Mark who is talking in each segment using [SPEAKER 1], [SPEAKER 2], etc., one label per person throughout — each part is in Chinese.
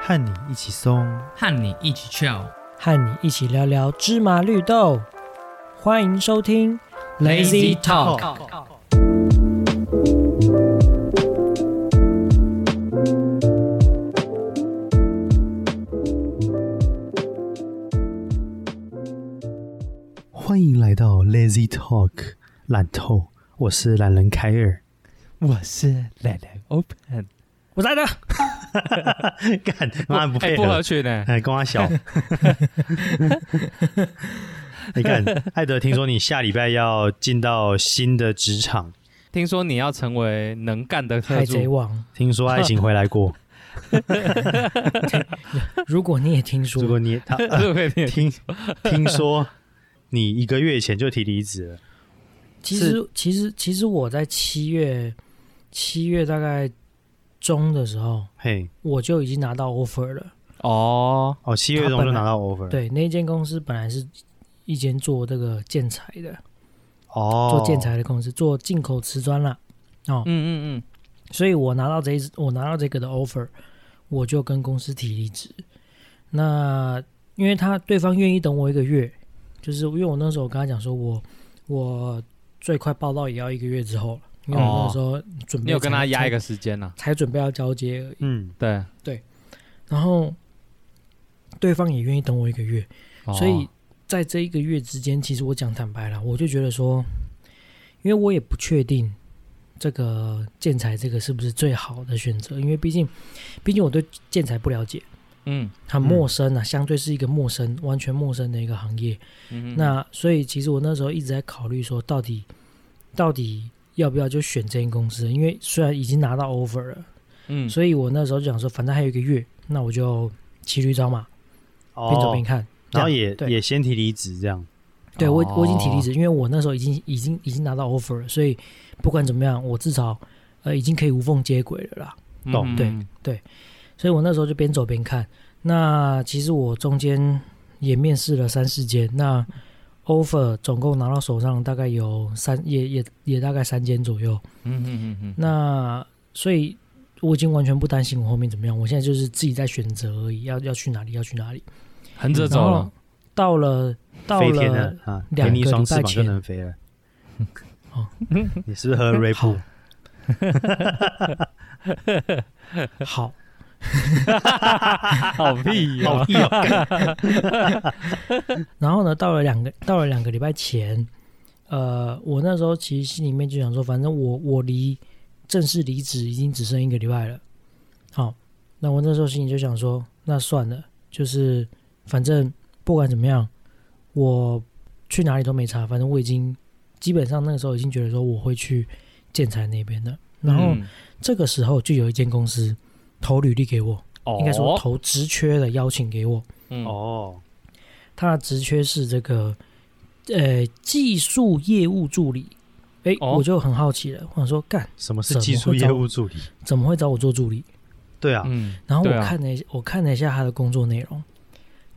[SPEAKER 1] 和你一起松，
[SPEAKER 2] 和你一起 chill。
[SPEAKER 3] 和你一起聊聊芝麻绿豆。欢迎收听
[SPEAKER 2] Lazy Talk。
[SPEAKER 1] 欢迎来到 Lazy Talk 懒透，我是懒人凯尔。
[SPEAKER 2] 我是 Let It Open，
[SPEAKER 3] 我来了，
[SPEAKER 1] 干妈不配
[SPEAKER 2] 不合
[SPEAKER 1] 合，
[SPEAKER 2] 群欸呢、
[SPEAKER 1] 哎，跟我小。 你看，哎艾德，听说你下礼拜要进到新的职场，
[SPEAKER 2] 听说你要成为能干的特
[SPEAKER 3] 海贼
[SPEAKER 2] 助，
[SPEAKER 3] 王。
[SPEAKER 1] 听说爱情回来过。
[SPEAKER 3] 如果你也听
[SPEAKER 1] 如
[SPEAKER 3] 说，
[SPEAKER 1] 果你 他、
[SPEAKER 2] 这个可以听得
[SPEAKER 1] 听听说你一个月前就提离职了，
[SPEAKER 3] 其实其实其实我在七月七月大概中的时候，
[SPEAKER 1] 嘿，
[SPEAKER 3] 我就已经拿到 offer 了。
[SPEAKER 2] 哦，
[SPEAKER 1] 哦，七月中就拿到 offer，，
[SPEAKER 3] 对，那间公司本来是一间做这个建材的，
[SPEAKER 1] 哦，
[SPEAKER 3] 做建，材的公司，做进口瓷砖啦。哦，
[SPEAKER 2] 嗯嗯
[SPEAKER 3] 所以我拿到这一我拿到这个的 offer，我就跟公司提离职。那因为他对方愿意等我一个月，就是因为我那时候跟他讲说我我最快报到也要一个月之后了，因为我那时候
[SPEAKER 2] 嗯，
[SPEAKER 3] 准备、
[SPEAKER 2] 你有跟他压一个时间呐、
[SPEAKER 3] 才，才准备要交接而已。
[SPEAKER 1] 嗯，
[SPEAKER 2] 对，
[SPEAKER 3] 然后对方也愿意等我一个月，
[SPEAKER 2] 哦
[SPEAKER 3] 所以在这一个月之间，其实我讲坦白了，我就觉得说，因为我也不确定这个建材这个是不是最好的选择，因为毕竟，毕竟我对建材不了解，
[SPEAKER 2] 嗯
[SPEAKER 3] 很陌生啊，相对是一个陌生、完全陌生的一个行业。
[SPEAKER 2] 嗯，
[SPEAKER 3] 那所以其实我那时候一直在考虑说，到底到底要不要就选这间公司？因为虽然已经拿到 offer 了，
[SPEAKER 2] 嗯，
[SPEAKER 3] 所以我那时候就想说，反正还有一个月，那我就骑驴找马，边走边
[SPEAKER 1] 哦，
[SPEAKER 3] 看。
[SPEAKER 1] 然后也
[SPEAKER 3] 对
[SPEAKER 1] 也先提离职这样，
[SPEAKER 3] 对我
[SPEAKER 2] 哦
[SPEAKER 3] 我已经提离职，因为我那时候已经已经已经拿到 offer 了，所以不管怎么样，我至少呃已经可以无缝接轨了啦。
[SPEAKER 1] 懂
[SPEAKER 3] 对
[SPEAKER 2] 嗯
[SPEAKER 3] 所以我那时候就边走边看。那其实我中间也面试了三四间，那 offer 总共拿到手上大概有三，也也也大概三间左右。
[SPEAKER 2] 嗯嗯嗯嗯，
[SPEAKER 3] 那所以我已经完全不担心我后面怎么样，我现在就是自己在选择而已，要要去哪里要去哪里。
[SPEAKER 2] 横着走
[SPEAKER 3] 然
[SPEAKER 2] 了
[SPEAKER 3] 后，到了到
[SPEAKER 1] 飞天
[SPEAKER 3] 了
[SPEAKER 1] 了啊，
[SPEAKER 3] 两
[SPEAKER 1] 给
[SPEAKER 3] 个
[SPEAKER 1] 你一双
[SPEAKER 3] 礼
[SPEAKER 1] 翅膀
[SPEAKER 3] 拜
[SPEAKER 1] 就
[SPEAKER 3] 前
[SPEAKER 1] 能飞了。
[SPEAKER 3] 哦，
[SPEAKER 1] 你是不是 喝了 Red Bull？
[SPEAKER 3] 好，
[SPEAKER 2] 好屁
[SPEAKER 1] 好
[SPEAKER 2] 哦，
[SPEAKER 1] 屁
[SPEAKER 3] 啊
[SPEAKER 1] 哦！
[SPEAKER 3] 然后呢，到了两个到了两个礼拜前，呃，我那时候其实心里面就想说，反正我我离正式离职已经只剩一个礼拜了。好，那我那时候心里就想说，那算了，就是反正不管怎么样，我去哪里都没差，反正我已经基本上那个时候已经觉得说我会去建材那边的。然后
[SPEAKER 2] 嗯
[SPEAKER 3] 这个时候就有一间公司投履历给我，
[SPEAKER 2] 哦
[SPEAKER 3] 应该说投职缺的邀请给我。
[SPEAKER 2] 嗯
[SPEAKER 1] 哦，
[SPEAKER 3] 他的职缺是这个呃技术业务助理。哎、
[SPEAKER 2] 哦
[SPEAKER 3] 我就很好奇了，我想说，干
[SPEAKER 1] 什么是技术业务助理？
[SPEAKER 3] 怎么会找我做助理？
[SPEAKER 1] 对啊，
[SPEAKER 2] 嗯，
[SPEAKER 3] 然后
[SPEAKER 2] 对
[SPEAKER 3] 我
[SPEAKER 2] 啊
[SPEAKER 3] 看了一下，我看了一下他的工作内容，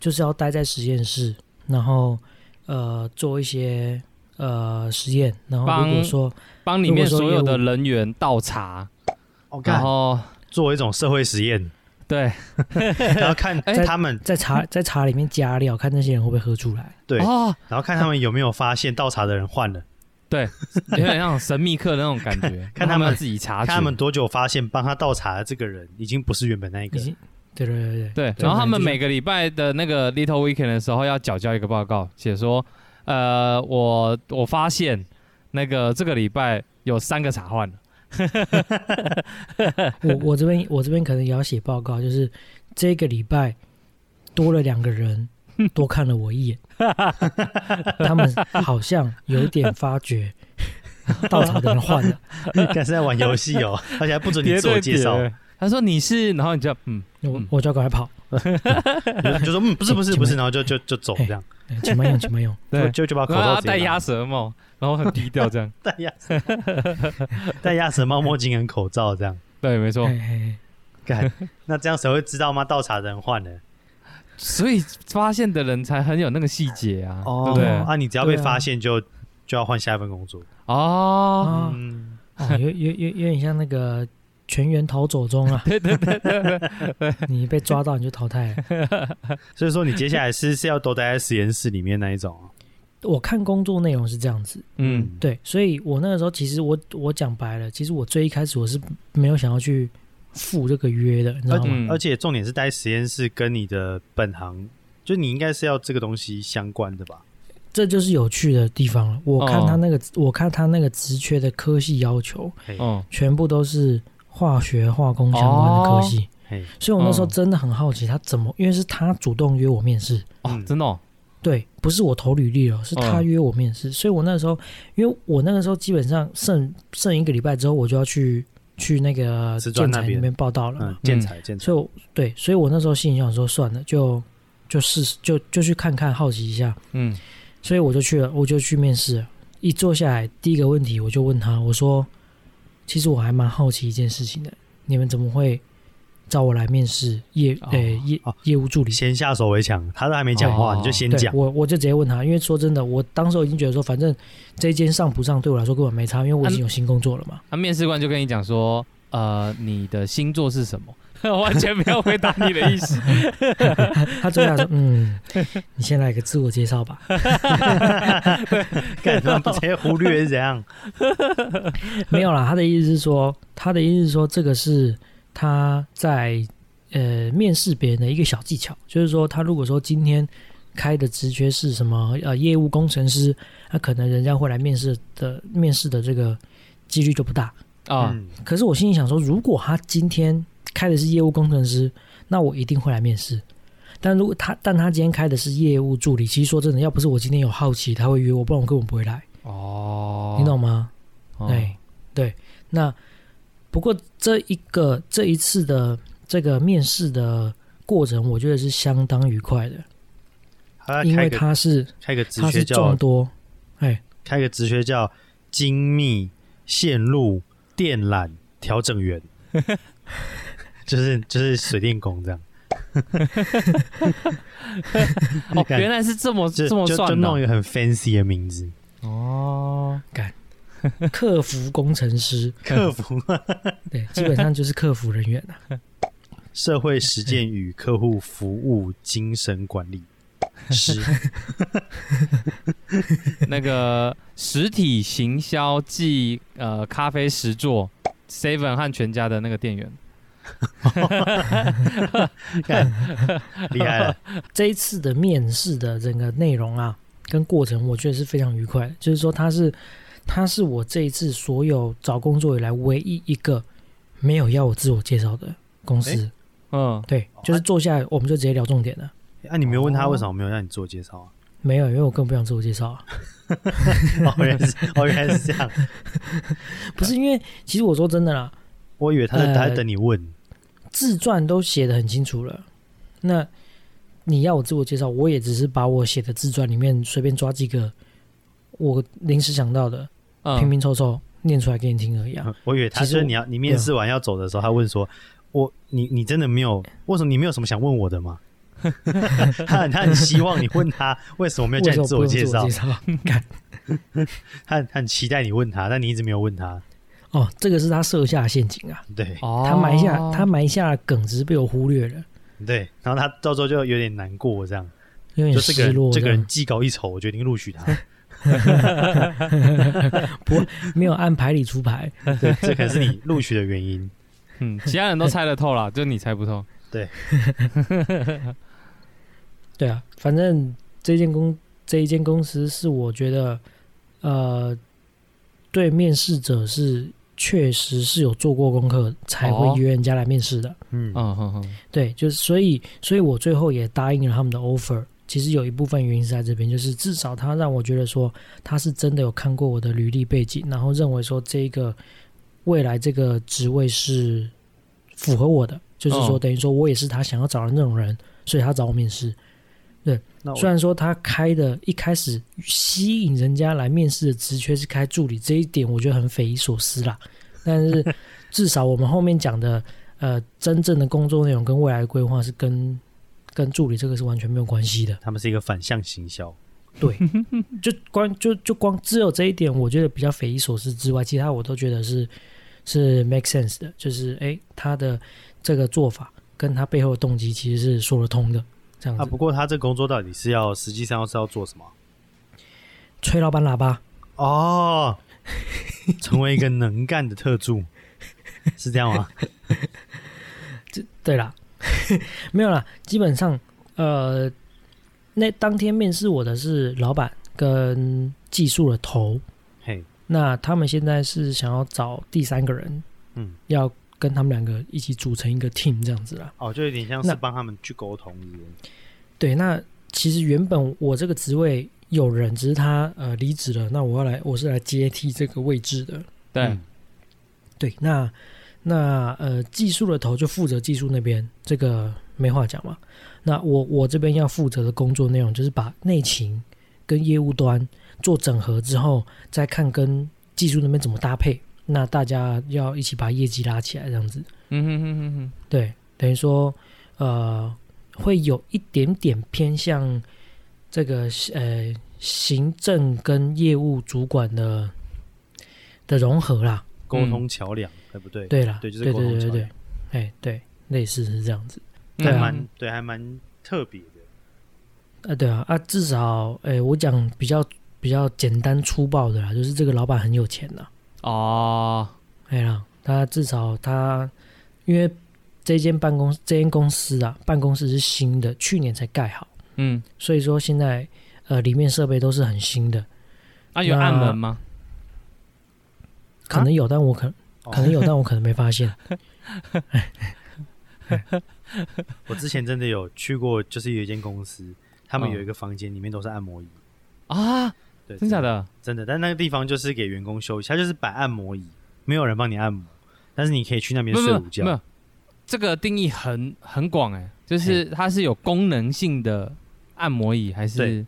[SPEAKER 3] 就是要待在实验室，然后呃做一些呃实验，然后
[SPEAKER 2] 帮
[SPEAKER 3] 如果说
[SPEAKER 2] 帮里
[SPEAKER 3] 如果
[SPEAKER 2] 面
[SPEAKER 3] 说
[SPEAKER 2] 所有的
[SPEAKER 3] 业务
[SPEAKER 2] 人员倒茶，
[SPEAKER 1] 我
[SPEAKER 2] 然
[SPEAKER 1] 看
[SPEAKER 2] 后
[SPEAKER 1] 做一种社会实 验，
[SPEAKER 2] 对，
[SPEAKER 1] 然后看
[SPEAKER 2] 哎
[SPEAKER 1] 他们，
[SPEAKER 3] 在茶在茶里面加料，看那些人会不会喝出来。
[SPEAKER 1] 对
[SPEAKER 2] 哦，
[SPEAKER 1] 然后看他们有没有发现倒茶的人换了，
[SPEAKER 2] 有点像神秘客的那种感 觉，
[SPEAKER 1] 看看他
[SPEAKER 2] 他
[SPEAKER 1] 们
[SPEAKER 2] 自己察
[SPEAKER 1] 看
[SPEAKER 3] 哎
[SPEAKER 2] 觉，
[SPEAKER 1] 他们多久发现帮他倒茶的这个人已经不是原本那一个 人。
[SPEAKER 3] 已经 对对对对对，
[SPEAKER 2] 对，然后他们
[SPEAKER 3] 就是
[SPEAKER 2] 每个礼拜的那个 Little Weekend 的时候要缴交一个报告，写说，呃，我我发现那个这个礼拜有三个茶 换了，
[SPEAKER 3] 我我这边我这边可能也要写报告，就是这个礼拜多了两 个人，多看了我一眼， 他们好像有点发觉 稻草人换了，
[SPEAKER 1] 但是在玩游戏哦，而且还不准你自我介 绍，
[SPEAKER 2] 他说你是，然后你就嗯，
[SPEAKER 3] 我我就要赶快跑，
[SPEAKER 1] 就说嗯不是不是
[SPEAKER 3] 请
[SPEAKER 1] 不 是，
[SPEAKER 3] 问
[SPEAKER 1] 然后就就就走这样，
[SPEAKER 3] 哎请 慢用，请慢用，
[SPEAKER 2] 对，
[SPEAKER 1] 就就把口
[SPEAKER 2] 然后
[SPEAKER 1] 罩
[SPEAKER 2] 他
[SPEAKER 1] 直接拿
[SPEAKER 2] 戴鸭舌帽，然后很低 调这样，
[SPEAKER 1] 戴鸭舌戴鸭舌帽、墨镜跟口罩这样。
[SPEAKER 2] 对，没错
[SPEAKER 3] 哎，哎
[SPEAKER 1] 干，那这样谁会知道吗？倒茶的人换了
[SPEAKER 2] 所以发现的人才很有那个细节啊，对不对？
[SPEAKER 1] 啊，你只要被
[SPEAKER 3] 对啊
[SPEAKER 1] 发现就就要换下一份工作。
[SPEAKER 3] 哎
[SPEAKER 2] 哦，
[SPEAKER 3] 啊，
[SPEAKER 1] 嗯，
[SPEAKER 3] 哦有有有有点像那个全员逃走中啊！
[SPEAKER 2] 对对对对对，
[SPEAKER 3] 你被抓到你就淘汰了。
[SPEAKER 1] 所以说你接下来是是要都待在实验室里面那一种啊、
[SPEAKER 3] 我看工作内容是这样子，
[SPEAKER 2] 嗯，
[SPEAKER 3] 对，所以我那个时候其实我我讲白了，其实我最一开始我是没有想要去赴这个约的，你知道吗？
[SPEAKER 2] 嗯
[SPEAKER 1] 而且重点是待实验室跟你的本行，就你应该是要这个东西相关的吧？
[SPEAKER 3] 这就是有趣的地方了。我看
[SPEAKER 2] 哦
[SPEAKER 3] 他那个，我看他那个职缺的科系要求，
[SPEAKER 1] 嘿，
[SPEAKER 2] 哦，
[SPEAKER 3] 全部都是化学化工相关的科系，
[SPEAKER 1] 哦嘿，
[SPEAKER 3] 所以我那时候
[SPEAKER 2] 嗯
[SPEAKER 3] 真的很好奇他怎么，因为是他主动约我面试，
[SPEAKER 2] 哦
[SPEAKER 1] 嗯，
[SPEAKER 2] 真的哦，
[SPEAKER 3] 对，不是我投履历了，是他
[SPEAKER 2] 嗯
[SPEAKER 3] 约我面试，所以我那时候，因为我那个时候基本上剩剩一个礼拜之后，我就要去去那个
[SPEAKER 1] 职专
[SPEAKER 3] 建
[SPEAKER 1] 那
[SPEAKER 3] 材
[SPEAKER 1] 边
[SPEAKER 3] 里面报道了嘛，
[SPEAKER 1] 嗯，建材建材
[SPEAKER 3] 所以，我对，所以我那时候心里想说，算了，就就试试，就就去看看，好奇一下。
[SPEAKER 2] 嗯，
[SPEAKER 3] 所以我就去了，我就去面试了。一坐下来，第一个问题我就问他，我说：“其实我还蛮好奇一件事情的，你们怎么会找我来面试业
[SPEAKER 2] 哦
[SPEAKER 3] 呃业
[SPEAKER 1] 哦
[SPEAKER 3] 业务助理？”
[SPEAKER 1] 先下手为强，他都还没讲话，
[SPEAKER 2] 哦
[SPEAKER 1] 你就先
[SPEAKER 3] 对
[SPEAKER 1] 讲，
[SPEAKER 3] 我，我就直接问他，因为说真的，我当时我已经觉得说，反正这一间上不上对我来说根本没差，因为我已
[SPEAKER 1] 嗯
[SPEAKER 3] 经有新工作了嘛。
[SPEAKER 2] 那面试官就跟你讲说，呃，你的星座是什么？ 完全没有回答你的意 思。
[SPEAKER 3] 他最 后说：“嗯，你先来个自我介绍吧。”
[SPEAKER 1] 干他妈直接忽略是怎样？
[SPEAKER 3] 没有啦，他的意思是说，他的意思是说，这个是他在呃面试别人的一个小技巧，就是说，他如果说今天开的职缺是什么呃业务工程师，那可能人家会来面试的，面试的这个几率就不大。
[SPEAKER 2] 啊，
[SPEAKER 1] 嗯
[SPEAKER 3] 可是我心里想说，如果他今天开的是业务工程师，那我一定会来面试。但如果他但他今天开的是业务助理，其实说真的，要不是我今天有好奇，他会约我，不然我根本不会来，
[SPEAKER 2] 哦，
[SPEAKER 3] 你懂吗？
[SPEAKER 2] 哦？
[SPEAKER 3] 哎，对，那不过这一个这一次的这个面试的过程，我觉得是相当愉快的，
[SPEAKER 1] 他
[SPEAKER 3] 因
[SPEAKER 1] 开
[SPEAKER 3] 为
[SPEAKER 1] 个
[SPEAKER 3] 它是
[SPEAKER 1] 开个直
[SPEAKER 3] 它
[SPEAKER 1] 学
[SPEAKER 3] 是众
[SPEAKER 1] 叫
[SPEAKER 3] 多，
[SPEAKER 1] 开个直学叫精密线路电缆调整 员，就是就是水电工这样。
[SPEAKER 2] 哦，原来是这么
[SPEAKER 1] 就
[SPEAKER 2] 这么
[SPEAKER 1] 就就
[SPEAKER 2] 算
[SPEAKER 1] 弄一
[SPEAKER 2] 的。嗯
[SPEAKER 1] 个很 fancy 的名字，
[SPEAKER 2] 哦，
[SPEAKER 3] 客服工程师，
[SPEAKER 1] 客服
[SPEAKER 3] 对，基本上就是客服人员啊。
[SPEAKER 1] 社会实践与客户服务精神管 理师，
[SPEAKER 2] 那个实体行销暨呃咖啡实作 Seven 和全家的那个店员，
[SPEAKER 1] 干厉害 了，
[SPEAKER 3] 这一次的面试的整个内容啊，跟过程，我觉得是非常愉快的。就是说，它是它是我这一次所有找工作以来唯一一个没有要我自我介绍的公司。
[SPEAKER 1] 诶哦
[SPEAKER 2] 嗯，
[SPEAKER 3] 对，就是坐下来我们就直接聊重点了。
[SPEAKER 1] 啊，你没有问
[SPEAKER 2] 哦
[SPEAKER 1] 他为什么没有让你自我介绍啊？
[SPEAKER 3] 没有，因为我更不想自我介 绍啊。
[SPEAKER 1] 哦，原来是哦，原来是这样，
[SPEAKER 3] 不是因为，其实我说真的啦，
[SPEAKER 1] 我以为他在
[SPEAKER 3] 呃
[SPEAKER 1] 他在等你问，
[SPEAKER 3] 自传都写的很清楚了，那你要我自我介绍，我也只是把我写的自传里面随便抓几个我临时想到的，拼
[SPEAKER 2] 嗯，
[SPEAKER 3] 拼凑凑念出来给你听而已啊。
[SPEAKER 1] 我以为他
[SPEAKER 3] 其实
[SPEAKER 1] 就
[SPEAKER 3] 我嗯
[SPEAKER 1] 是你要你面试完要走的时候，他问说。我你你真的没有为什么你没有什么想问我的吗？ 他很他很希望你问他为什么嗯没有叫
[SPEAKER 3] 为什
[SPEAKER 1] 你
[SPEAKER 3] 么
[SPEAKER 1] 自
[SPEAKER 3] 不
[SPEAKER 1] 我
[SPEAKER 3] 用
[SPEAKER 1] 介
[SPEAKER 3] 自
[SPEAKER 1] 绍
[SPEAKER 3] 我介，绍？
[SPEAKER 1] 他很他很期待你问他，但你一直没有问他。
[SPEAKER 3] 哦，这个是他设下的陷阱啊，
[SPEAKER 1] 对
[SPEAKER 2] 哦
[SPEAKER 3] 他埋下他埋下的梗，只是被我忽略了，
[SPEAKER 1] 对，然后他到时候就有点难过，这样
[SPEAKER 3] 有
[SPEAKER 1] 就
[SPEAKER 3] 点
[SPEAKER 1] 这个
[SPEAKER 3] 失
[SPEAKER 1] 人
[SPEAKER 3] 落
[SPEAKER 1] 这
[SPEAKER 3] 样。
[SPEAKER 1] 个人技高一筹，我决定录取他。
[SPEAKER 3] 没有按牌理出牌，
[SPEAKER 1] 对，这可能是你录取的原因。
[SPEAKER 2] 嗯，其他人都猜得透啦，就你猜不透。
[SPEAKER 3] 对啊，反正这间公这一间公司是我觉得，呃，对面试者是确实是有做过功课才
[SPEAKER 2] 哦
[SPEAKER 3] 会约人家来面试的。
[SPEAKER 1] 嗯，
[SPEAKER 2] 嗯哼哼，
[SPEAKER 3] 对，就是所以，所以我最后也答应了他们的 offer。其实有一部分原因是在这边，就是至少他让我觉得说他是真的有看过我的履历背景，然后认为说这个未来这个职位是符合我的，就是说
[SPEAKER 2] 哦
[SPEAKER 3] 等于说我也是他想要找的那种人，所以他找我面试。
[SPEAKER 1] 那我
[SPEAKER 3] 虽然说他开的一开始吸引人家来面试的职缺是开助理，这一点我觉得很匪夷所思啦。但是至少我们后面讲的，呃，真正的工作内容跟未来的规划是跟跟助理这个是完全没有关系的。
[SPEAKER 1] 他们是一个反向行销，
[SPEAKER 3] 对，就光就就光只有这一点，我觉得比较匪夷所思之外，其他我都觉得是是 make sense 的，就是诶，他的这个做法跟他背后的动机其实是说得通的，这样
[SPEAKER 1] 啊，
[SPEAKER 3] 子。
[SPEAKER 1] 不过他这工作到底是要实际上是要做什么？
[SPEAKER 3] 吹老板喇叭，
[SPEAKER 1] 哦，成为一个能干的特 助，是这样吗？
[SPEAKER 3] 对啦， 没有啦，基本上呃，那当天面试我的是老板跟技术的头，
[SPEAKER 1] 嘿，
[SPEAKER 3] 那他们现在是想要找第三个人，
[SPEAKER 1] 嗯，
[SPEAKER 3] 要跟他们两个一起组成一个 team 这样子啦。
[SPEAKER 1] 哦，就有点像是
[SPEAKER 3] 那
[SPEAKER 1] 帮他们去沟通是不是
[SPEAKER 3] 对，那其实原本我这个职位有人，只是他呃离职了，那我要来，我是来接替这个位置的。
[SPEAKER 2] 对
[SPEAKER 1] 嗯，
[SPEAKER 3] 对，那那呃技术的头就负责技术那边，这个没话讲嘛。那我我这边要负责的工作内容就是把内勤跟业务端做整合之后，再看跟技术那边怎么搭配。那大家要一起把业绩拉起来，这样子。
[SPEAKER 2] 嗯哼哼哼哼，
[SPEAKER 3] 对，等于说，呃，会有一点点偏向这个呃行政跟业务主管的的融合啦。
[SPEAKER 1] 沟通桥梁，对不对？，
[SPEAKER 3] 对啦，
[SPEAKER 1] 对就是
[SPEAKER 3] 对
[SPEAKER 1] 沟
[SPEAKER 3] 对
[SPEAKER 1] 通
[SPEAKER 3] 对
[SPEAKER 1] 桥
[SPEAKER 3] 对
[SPEAKER 1] 梁，
[SPEAKER 3] 哎对，类似是这样子。
[SPEAKER 2] 嗯
[SPEAKER 3] 对
[SPEAKER 1] 还
[SPEAKER 3] 啊
[SPEAKER 1] 蛮对，还蛮特别的。
[SPEAKER 3] 啊，对啊，啊，至少哎，我讲比较比较简单粗暴的啦，就是这个老板很有钱呐，
[SPEAKER 2] 哦，
[SPEAKER 3] 哎啦，他至少他因为这间办公这间公司啊，办公室是新的，去年才盖好。
[SPEAKER 2] 嗯，
[SPEAKER 3] 所以说现在呃里面设备都是很新的，
[SPEAKER 2] 啊有
[SPEAKER 3] 那
[SPEAKER 2] 暗门吗？
[SPEAKER 3] 可能有，但我可
[SPEAKER 1] 啊哦
[SPEAKER 3] 可能有，但我可能没发现。
[SPEAKER 1] 我之前真的有去过，就是有一间公司，他们
[SPEAKER 2] 嗯
[SPEAKER 1] 有一个房间，里面都是按摩椅。
[SPEAKER 2] 啊，
[SPEAKER 1] 对，
[SPEAKER 2] 真假？的？
[SPEAKER 1] 真的，但那个地方就是给员工休息，它就是摆按摩椅，没有人帮你按摩，但是你可以去那边
[SPEAKER 2] 没有没
[SPEAKER 1] 睡
[SPEAKER 2] 有
[SPEAKER 1] 午觉
[SPEAKER 2] 没。有，这个定义很很广哎，就是它是有功能性的按摩椅还是
[SPEAKER 1] 对？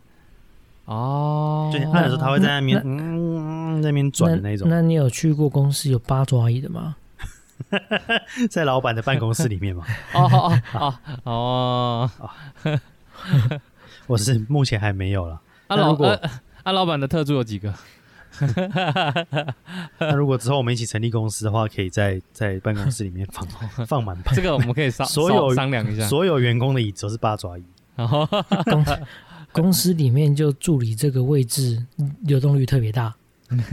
[SPEAKER 2] 哦，
[SPEAKER 1] 就你按的时候，他会在那边
[SPEAKER 3] 那
[SPEAKER 1] 嗯，在那边 转的那种，
[SPEAKER 3] 那你有去过公司有八爪椅的 吗？
[SPEAKER 1] 在老板的办公室里面嘛。
[SPEAKER 2] 哦哦哦哦 哦，
[SPEAKER 1] 我是目前还没有了。
[SPEAKER 2] 啊
[SPEAKER 1] 那
[SPEAKER 2] 老
[SPEAKER 1] 如果
[SPEAKER 2] 啊啊老板的特助有几个？
[SPEAKER 1] 那如果之后我们一起成立公司的话，可以在在办公室里面 放放满盘
[SPEAKER 2] 这，个我们可以商
[SPEAKER 1] 所有
[SPEAKER 2] 商商量一下。哦
[SPEAKER 1] 所有员工的椅子都是八爪椅。
[SPEAKER 2] 然后
[SPEAKER 3] 公公司里面就助理这个位置嗯流动率特别大，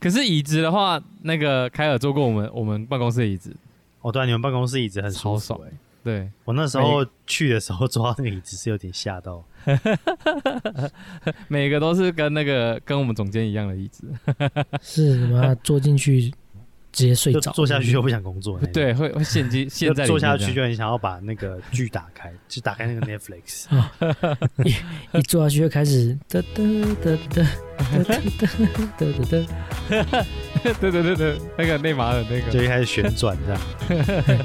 [SPEAKER 2] 可是椅子的话，那个凯尔坐过我们我们办公室的椅子，
[SPEAKER 1] 哦，对啊，你们办公室椅子很舒
[SPEAKER 2] 超
[SPEAKER 1] 服
[SPEAKER 2] 爽
[SPEAKER 1] 欸、
[SPEAKER 2] 对，
[SPEAKER 1] 我那时候去的时候坐到那个椅子是有点吓到，
[SPEAKER 2] 每个都是跟那个跟我们总监一样的椅子，
[SPEAKER 3] 是什么？坐进去直接睡
[SPEAKER 1] 就
[SPEAKER 3] 着，
[SPEAKER 1] 坐下去就不想工作那种。
[SPEAKER 2] 对，会会陷进陷
[SPEAKER 1] 就
[SPEAKER 2] 在里
[SPEAKER 1] 坐
[SPEAKER 2] 面
[SPEAKER 1] 下
[SPEAKER 2] 这
[SPEAKER 1] 去
[SPEAKER 2] 样
[SPEAKER 1] 就很想要把那个剧打开，就打开那个 Netflix。
[SPEAKER 2] 嗯
[SPEAKER 3] 一坐下去就开始哒哒哒哒哒哒哒哒哒哒，
[SPEAKER 2] 对对对对，那个内马尔那
[SPEAKER 1] 就
[SPEAKER 2] 个，
[SPEAKER 1] 一开始旋转这样。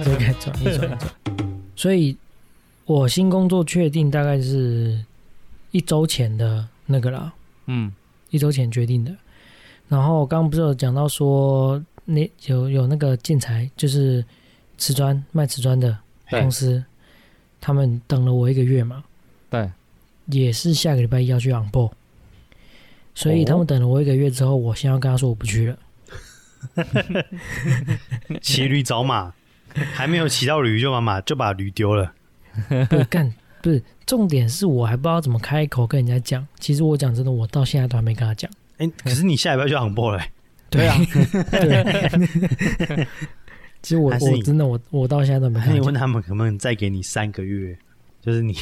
[SPEAKER 3] 就开始转一转一转。所以我新工作确定大概是一周前的那个啦，
[SPEAKER 2] 嗯，
[SPEAKER 3] 一周前决定的。然后刚刚不是有讲到说，那有有那个建材，就是瓷砖卖瓷砖的
[SPEAKER 2] 对
[SPEAKER 3] 公司，他们等了我一个月嘛，
[SPEAKER 2] 对，
[SPEAKER 3] 也是下个礼拜一要去 on board，所以他们等了我一个月之后，我先要跟他说我不去 了。
[SPEAKER 1] 骑驴找马，还没有骑到驴就把马就把驴丢了。
[SPEAKER 3] 不是干，不是重点是我还不知道怎么开口跟人家讲。其实我讲真的，我到现在都还没跟他讲。
[SPEAKER 1] 哎、可是你下礼拜就要航播了、欸，
[SPEAKER 3] 对啊， 对。 其实我
[SPEAKER 1] 还是
[SPEAKER 3] 我
[SPEAKER 1] 你
[SPEAKER 3] 真的我我到现在都 没
[SPEAKER 1] 那
[SPEAKER 3] 跟
[SPEAKER 1] 你
[SPEAKER 3] 他
[SPEAKER 1] 问
[SPEAKER 3] 讲。
[SPEAKER 1] 他们可不可能再给你三个月？ 就是你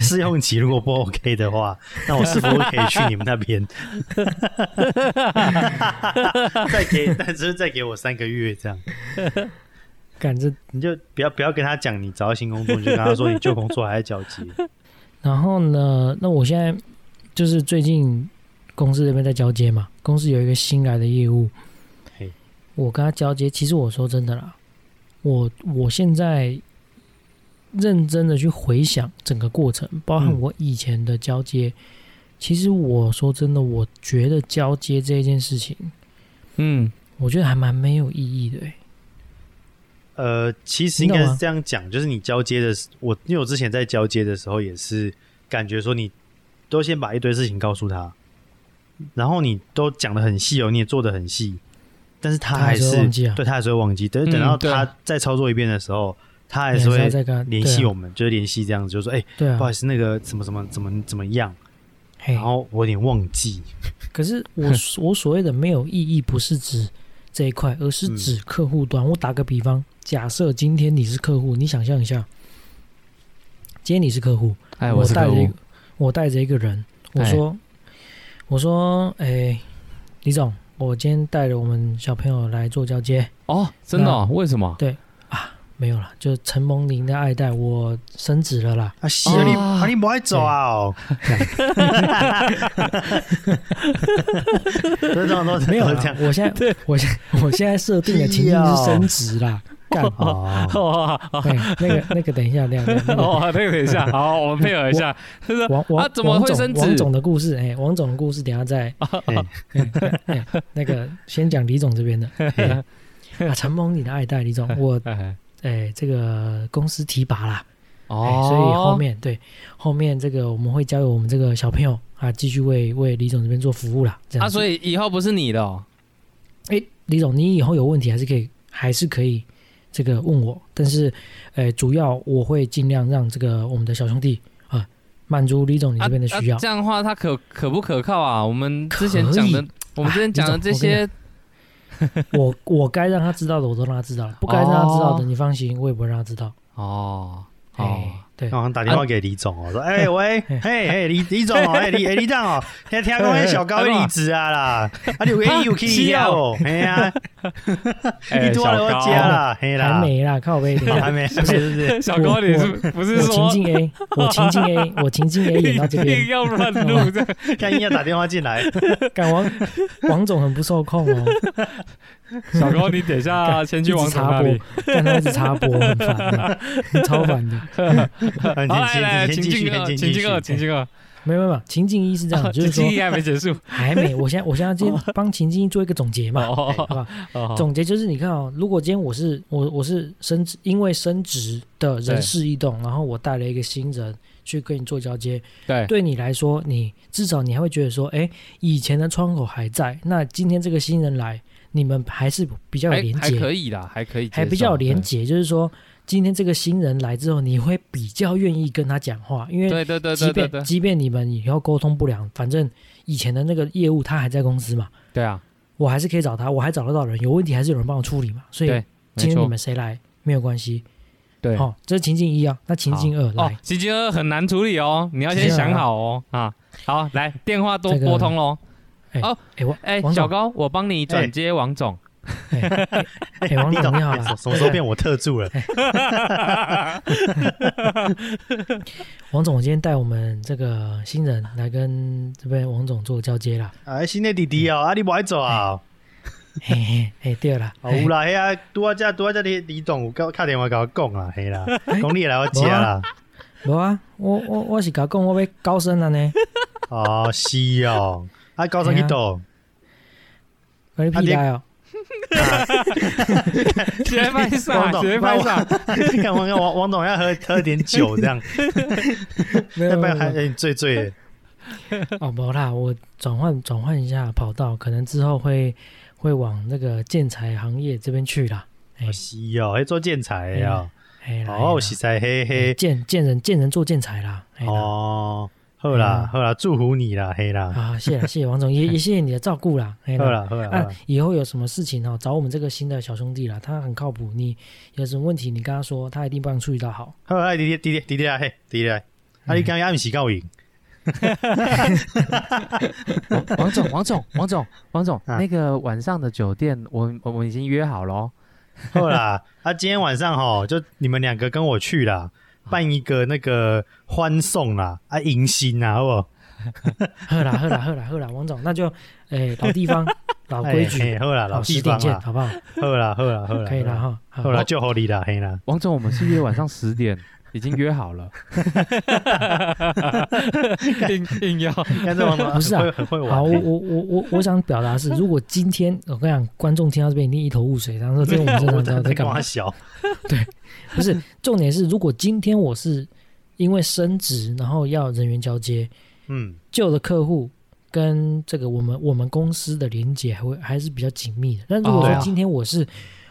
[SPEAKER 1] 试用期如果不 OK 的话，那我是否可以去你们那边？ 再给， 但是再给我三个月这样，
[SPEAKER 3] 干这
[SPEAKER 1] 你就不要不要跟他讲你找到新工作，你就跟他说你旧工作还在交接。
[SPEAKER 3] 然后呢，那我现在就是最近公司这边在交接嘛，公司有一个新来的业务
[SPEAKER 1] 嘿，
[SPEAKER 3] 我跟他交接。其实我说真的啦，我我现在认真的去回想整个过程，包含
[SPEAKER 1] 嗯
[SPEAKER 3] 我以前的交接。其实我说真的，我觉得交接这件事情，
[SPEAKER 2] 嗯，
[SPEAKER 3] 我觉得还蛮没有意义的、欸。
[SPEAKER 1] 呃，其实应该是这样讲，就是你交接的时，我因为我之前在交接的时候也是感觉说，你都先把一堆事情告诉他，然后你都讲的很细哦，你也做的很细，但是他
[SPEAKER 3] 他还
[SPEAKER 1] 还
[SPEAKER 3] 是会
[SPEAKER 1] 是
[SPEAKER 3] 忘记啊
[SPEAKER 1] 对他还是会忘记。等
[SPEAKER 2] 嗯
[SPEAKER 1] 等到
[SPEAKER 2] 对
[SPEAKER 1] 他再操作一遍的时候，他还
[SPEAKER 3] 你
[SPEAKER 1] 是
[SPEAKER 3] 还要
[SPEAKER 1] 会
[SPEAKER 3] 再跟他
[SPEAKER 1] 联系
[SPEAKER 3] 对啊
[SPEAKER 1] 我们，就是联系这样子，就说哎，
[SPEAKER 3] 对啊，
[SPEAKER 1] 不好意思，那个怎么怎么怎么怎么样，
[SPEAKER 3] 嘿
[SPEAKER 1] 然后我有点忘记。
[SPEAKER 3] 可是我所我所谓的没有意义，不是指这一块，而是
[SPEAKER 1] 嗯
[SPEAKER 3] 指客户端。我打个比方，假设今天你是客户，你想象一下，今天你是客户，
[SPEAKER 2] 哎，
[SPEAKER 3] 我
[SPEAKER 2] 是
[SPEAKER 3] 带
[SPEAKER 2] 客
[SPEAKER 3] 着一
[SPEAKER 2] 户
[SPEAKER 3] 个，我带着一个人，我
[SPEAKER 2] 哎
[SPEAKER 3] 说，我说，哎、李总，我今天带着我们小朋友来做交接，
[SPEAKER 2] 哦，真的
[SPEAKER 3] 嗯
[SPEAKER 2] 哦？为什 么？
[SPEAKER 3] 没有啦，就承蒙您的爱戴，我升职了啦。
[SPEAKER 1] 啊，是啊，你
[SPEAKER 2] 哦
[SPEAKER 1] 啊你不爱走啊哦， 这 样这种都
[SPEAKER 3] 没有
[SPEAKER 1] 都
[SPEAKER 3] 啦
[SPEAKER 1] 这样，
[SPEAKER 3] 我现在，我现我现在设定的情境是升职啦，干。
[SPEAKER 1] 哦，
[SPEAKER 2] 哦 哦
[SPEAKER 3] 哎，那个那个，等一下，等一下，等一下那个
[SPEAKER 2] 哦，那个等一 下，好，我们配合一下，就是
[SPEAKER 3] 王王
[SPEAKER 2] 啊怎么
[SPEAKER 3] 王
[SPEAKER 2] 会
[SPEAKER 3] 总
[SPEAKER 2] 升职啊
[SPEAKER 3] 王总的故事，哎、王总的故事，等一下再、
[SPEAKER 1] 嘿
[SPEAKER 3] 哎那个先讲李总这边的。
[SPEAKER 1] 嘿
[SPEAKER 3] 啊，承蒙你的爱戴，李总，我
[SPEAKER 2] 哎
[SPEAKER 3] 哎、这个公司提拔啦，哎、
[SPEAKER 2] 哦，
[SPEAKER 3] 所以后面对后面这个我们会交由我们这个小朋友啊，继续为为李总这边做服务啦。这样
[SPEAKER 2] 啊，
[SPEAKER 3] 子，
[SPEAKER 2] 所以以后不是你的哦，
[SPEAKER 3] 哎、李总，你以后有问题还是可以还是可以这个问我，但是呃，主要我会尽量让这个我们的小兄弟啊，满足李总你
[SPEAKER 2] 啊
[SPEAKER 3] 这边的需要。
[SPEAKER 2] 啊这样的话，他可可不可靠啊？我们之前讲的
[SPEAKER 3] 可，啊
[SPEAKER 2] 我们之前讲的这些，
[SPEAKER 3] 我我该让他知道的，我都让他知道了；不该让他知道
[SPEAKER 2] 哦
[SPEAKER 3] 的，你放心，我也不会让他知道。
[SPEAKER 2] 哦
[SPEAKER 3] 哎、
[SPEAKER 2] 哦，
[SPEAKER 3] 对
[SPEAKER 1] 然，后打电话给李总哦，说：“哎、 喂，嘿嘿，李李总哦，哎李哎李总哦， 听听讲那小高会离职啊啦，啊你有去有去 你啊哦，嘿啊，
[SPEAKER 3] 哎
[SPEAKER 1] 你多了我家啦，嘿
[SPEAKER 3] 还
[SPEAKER 1] 啦，
[SPEAKER 3] 没啦，靠背
[SPEAKER 1] 哦还
[SPEAKER 3] 的。
[SPEAKER 1] 没，是不是？
[SPEAKER 2] 小高，你是不是
[SPEAKER 3] 我情
[SPEAKER 2] 说
[SPEAKER 3] 境 A，我情境 A，我情境 A 演到这
[SPEAKER 2] 硬
[SPEAKER 3] 边，
[SPEAKER 2] 要乱录这样？
[SPEAKER 1] 看硬要打电话进来，
[SPEAKER 3] 干王王总很不受控哦，
[SPEAKER 2] 小高，你等一下先
[SPEAKER 3] 一
[SPEAKER 2] 去王
[SPEAKER 3] 直
[SPEAKER 2] 总
[SPEAKER 3] 插
[SPEAKER 2] 那
[SPEAKER 3] 播
[SPEAKER 2] 里。，
[SPEAKER 3] 但他一直插播，很烦的，超 烦的。
[SPEAKER 1] 好，
[SPEAKER 2] 好，来来，
[SPEAKER 1] 先先
[SPEAKER 2] 情
[SPEAKER 1] 继续，
[SPEAKER 2] 境
[SPEAKER 1] 先
[SPEAKER 2] 二，
[SPEAKER 1] 继
[SPEAKER 2] 情境二，
[SPEAKER 1] 续，
[SPEAKER 2] 情境二，
[SPEAKER 3] 没有没有没有，情境一是这样，就是
[SPEAKER 2] 哦情
[SPEAKER 3] 说
[SPEAKER 2] 境一还没结束。
[SPEAKER 3] 还没，我现在我现在今天帮情境一做一个总结嘛，
[SPEAKER 2] 哦
[SPEAKER 3] 好吧？
[SPEAKER 2] 哦，
[SPEAKER 3] 总结就是，你看哦，如果今天我是我我是升职，因为升职的人事异动，然后我带了一个新人去跟你做交接，
[SPEAKER 2] 对，
[SPEAKER 3] 对你来说，你至少你还会觉得说，哎，以前的窗口还在，那今天这个新人来，你们还是比较有连
[SPEAKER 2] 还还
[SPEAKER 3] 接，
[SPEAKER 2] 可以啦，还可以接受，
[SPEAKER 3] 还比较有连
[SPEAKER 2] 对
[SPEAKER 3] 接，就是说今天这个新人来之后，你会比较愿意跟他讲话，因为
[SPEAKER 2] 对对对
[SPEAKER 3] 即
[SPEAKER 2] 对对
[SPEAKER 3] 便
[SPEAKER 2] 对，
[SPEAKER 3] 即便你们以后沟通不良，反正以前的那个业务他还在公司嘛，
[SPEAKER 2] 对啊，
[SPEAKER 3] 我还是可以找他，我还找得到人，有问题还是有人帮我处理嘛。所以
[SPEAKER 2] 对
[SPEAKER 3] 今
[SPEAKER 2] 没
[SPEAKER 3] 天你
[SPEAKER 2] 错，
[SPEAKER 3] 们谁来没有关系，
[SPEAKER 2] 对。
[SPEAKER 3] 好、这是情境一啊。那情境二
[SPEAKER 2] 哦
[SPEAKER 3] 来，，
[SPEAKER 2] 情境二很难处理哦，你要先想好哦啊。好，来电话多
[SPEAKER 3] 这个
[SPEAKER 2] 拨通喽。
[SPEAKER 3] 哎、王
[SPEAKER 2] 哎，
[SPEAKER 3] 王总
[SPEAKER 2] 小高，我帮你转接王总。
[SPEAKER 3] 哎、王
[SPEAKER 1] 李
[SPEAKER 3] 总
[SPEAKER 1] 总
[SPEAKER 3] 你好哎啦，
[SPEAKER 1] 什么时候变我特助了？
[SPEAKER 3] 王总，我今天带我们这个新人来跟这边王总做交 接啦。
[SPEAKER 1] 啊，新的弟弟哦，啊你不爱走啊？
[SPEAKER 3] 嘿嘿嘿，对啦，
[SPEAKER 1] 哦，有啦，嘿啊，拄啊只拄啊只李李总有打打电话甲我讲啦，嘿啦，
[SPEAKER 3] 哎
[SPEAKER 1] 讲你来我家啦，
[SPEAKER 3] 无啊，我我我是甲讲我要高升了呢，啊
[SPEAKER 1] 哦是哦，啊高升
[SPEAKER 3] 哎
[SPEAKER 1] 去倒。
[SPEAKER 3] 关你
[SPEAKER 1] 啊
[SPEAKER 3] 屁大哦。哎
[SPEAKER 2] 学拍
[SPEAKER 1] 王
[SPEAKER 2] 上，
[SPEAKER 1] 总
[SPEAKER 2] 学拍上。
[SPEAKER 1] 看王王王总要喝喝点酒，这 样
[SPEAKER 3] 没
[SPEAKER 1] 要
[SPEAKER 3] 有
[SPEAKER 1] 不
[SPEAKER 3] 没
[SPEAKER 1] 然还
[SPEAKER 3] 有
[SPEAKER 1] 哎醉醉的。
[SPEAKER 3] 哦，无啦，我转换转换一下跑道，可能之后会会往那个建材行业这边去啦。哎
[SPEAKER 1] 哦是哦，还做建材的哦，
[SPEAKER 3] 哎啦，
[SPEAKER 1] 哦
[SPEAKER 3] 哎
[SPEAKER 1] 是
[SPEAKER 3] 啦
[SPEAKER 1] 在嘿
[SPEAKER 3] 哎
[SPEAKER 1] 嘿
[SPEAKER 3] 见见人见人做建材啦。哎啦哎
[SPEAKER 1] 哦，好啦好啦，祝福你啦，嘿啦，
[SPEAKER 3] 啊，谢谢谢谢王 总，也也谢谢你的照顾啦。哎
[SPEAKER 1] 好
[SPEAKER 3] 啦。
[SPEAKER 1] 啦好啦好
[SPEAKER 3] 啊
[SPEAKER 1] 啦，，
[SPEAKER 3] 以后有什么事情哦，找我们这个新的小兄弟啦，他很靠谱。你有什么问题，你跟他说，他一定帮你处理到好。
[SPEAKER 1] 好啦，弟弟弟弟弟弟来嘿，弟弟来，啊
[SPEAKER 3] 哎
[SPEAKER 1] 你刚刚暗时够赢，
[SPEAKER 2] 王总，王总，王总，王总，
[SPEAKER 1] 啊
[SPEAKER 2] 那个晚上的酒店，我我们已经约好
[SPEAKER 3] 哦
[SPEAKER 2] 喽。
[SPEAKER 1] 好啦，啊今天晚上吼就你们两个跟我去啦，办一个那个欢送啦，啊迎新啦，好不好？
[SPEAKER 3] 喝啦喝啦喝啦喝啦，王总，那就哎、老 地方老规
[SPEAKER 1] 哎，
[SPEAKER 3] 矩
[SPEAKER 1] 嘿，好啦，
[SPEAKER 3] 好
[SPEAKER 1] 老
[SPEAKER 3] 十
[SPEAKER 1] 地
[SPEAKER 3] 点
[SPEAKER 1] 方
[SPEAKER 3] 见，
[SPEAKER 1] 啦，
[SPEAKER 3] 好不好？
[SPEAKER 1] 好啦好啦好啦，
[SPEAKER 3] 可以啦哈。好
[SPEAKER 1] 好啦，就好你啦，嘿 啦。
[SPEAKER 2] 王总，我们是约晚上十 点，已经约好了。 硬硬要
[SPEAKER 1] 看这 王总
[SPEAKER 3] 不是啊
[SPEAKER 1] 很会很会玩。
[SPEAKER 3] 好，我
[SPEAKER 1] 嘿
[SPEAKER 3] 我我我我想表 达的是，如果今天我跟你讲，观众听到这边一定一头雾水，然后说这个我们真的不知道在干嘛
[SPEAKER 1] 我。小，
[SPEAKER 3] 不是，重点是，如果今天我是因为升职，然后要人员交接，
[SPEAKER 1] 嗯，
[SPEAKER 3] 旧的客户跟这个我们我们公司的连接还会还是比较紧密的。但如果
[SPEAKER 2] 哦对
[SPEAKER 3] 说
[SPEAKER 2] 啊
[SPEAKER 3] 今天我是、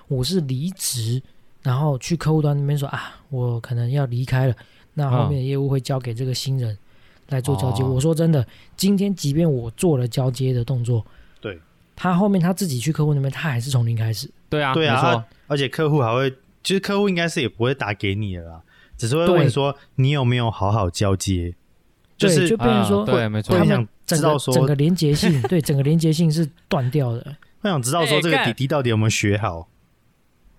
[SPEAKER 3] 我是离职，然后去客户端那边说啊，我可能要离开了，那后面的业务会交给这个新人来做交接。
[SPEAKER 2] 哦
[SPEAKER 3] 我说真的，今天即便我做了交接的动作，
[SPEAKER 1] 对
[SPEAKER 3] 他后面他自己去客户那边，他还是从零开始。
[SPEAKER 2] 对啊，
[SPEAKER 1] 对啊
[SPEAKER 2] 没错，
[SPEAKER 1] 而且客户还会，其实客户应该是也不会打给你了啦，只是会问
[SPEAKER 3] 对
[SPEAKER 1] 说你有没有好好交接，就
[SPEAKER 3] 对，
[SPEAKER 1] 是
[SPEAKER 3] 就变成说
[SPEAKER 2] 啊，对，没错
[SPEAKER 1] 我
[SPEAKER 3] 他
[SPEAKER 1] 很
[SPEAKER 3] 们
[SPEAKER 1] 想
[SPEAKER 3] 整
[SPEAKER 1] 知道
[SPEAKER 3] 个
[SPEAKER 1] 说，
[SPEAKER 3] 整个连接性，对，整个连接性是断掉的。
[SPEAKER 1] 我想知道说
[SPEAKER 2] 哎
[SPEAKER 1] 这个
[SPEAKER 2] 干
[SPEAKER 1] 弟弟到底有没有学好。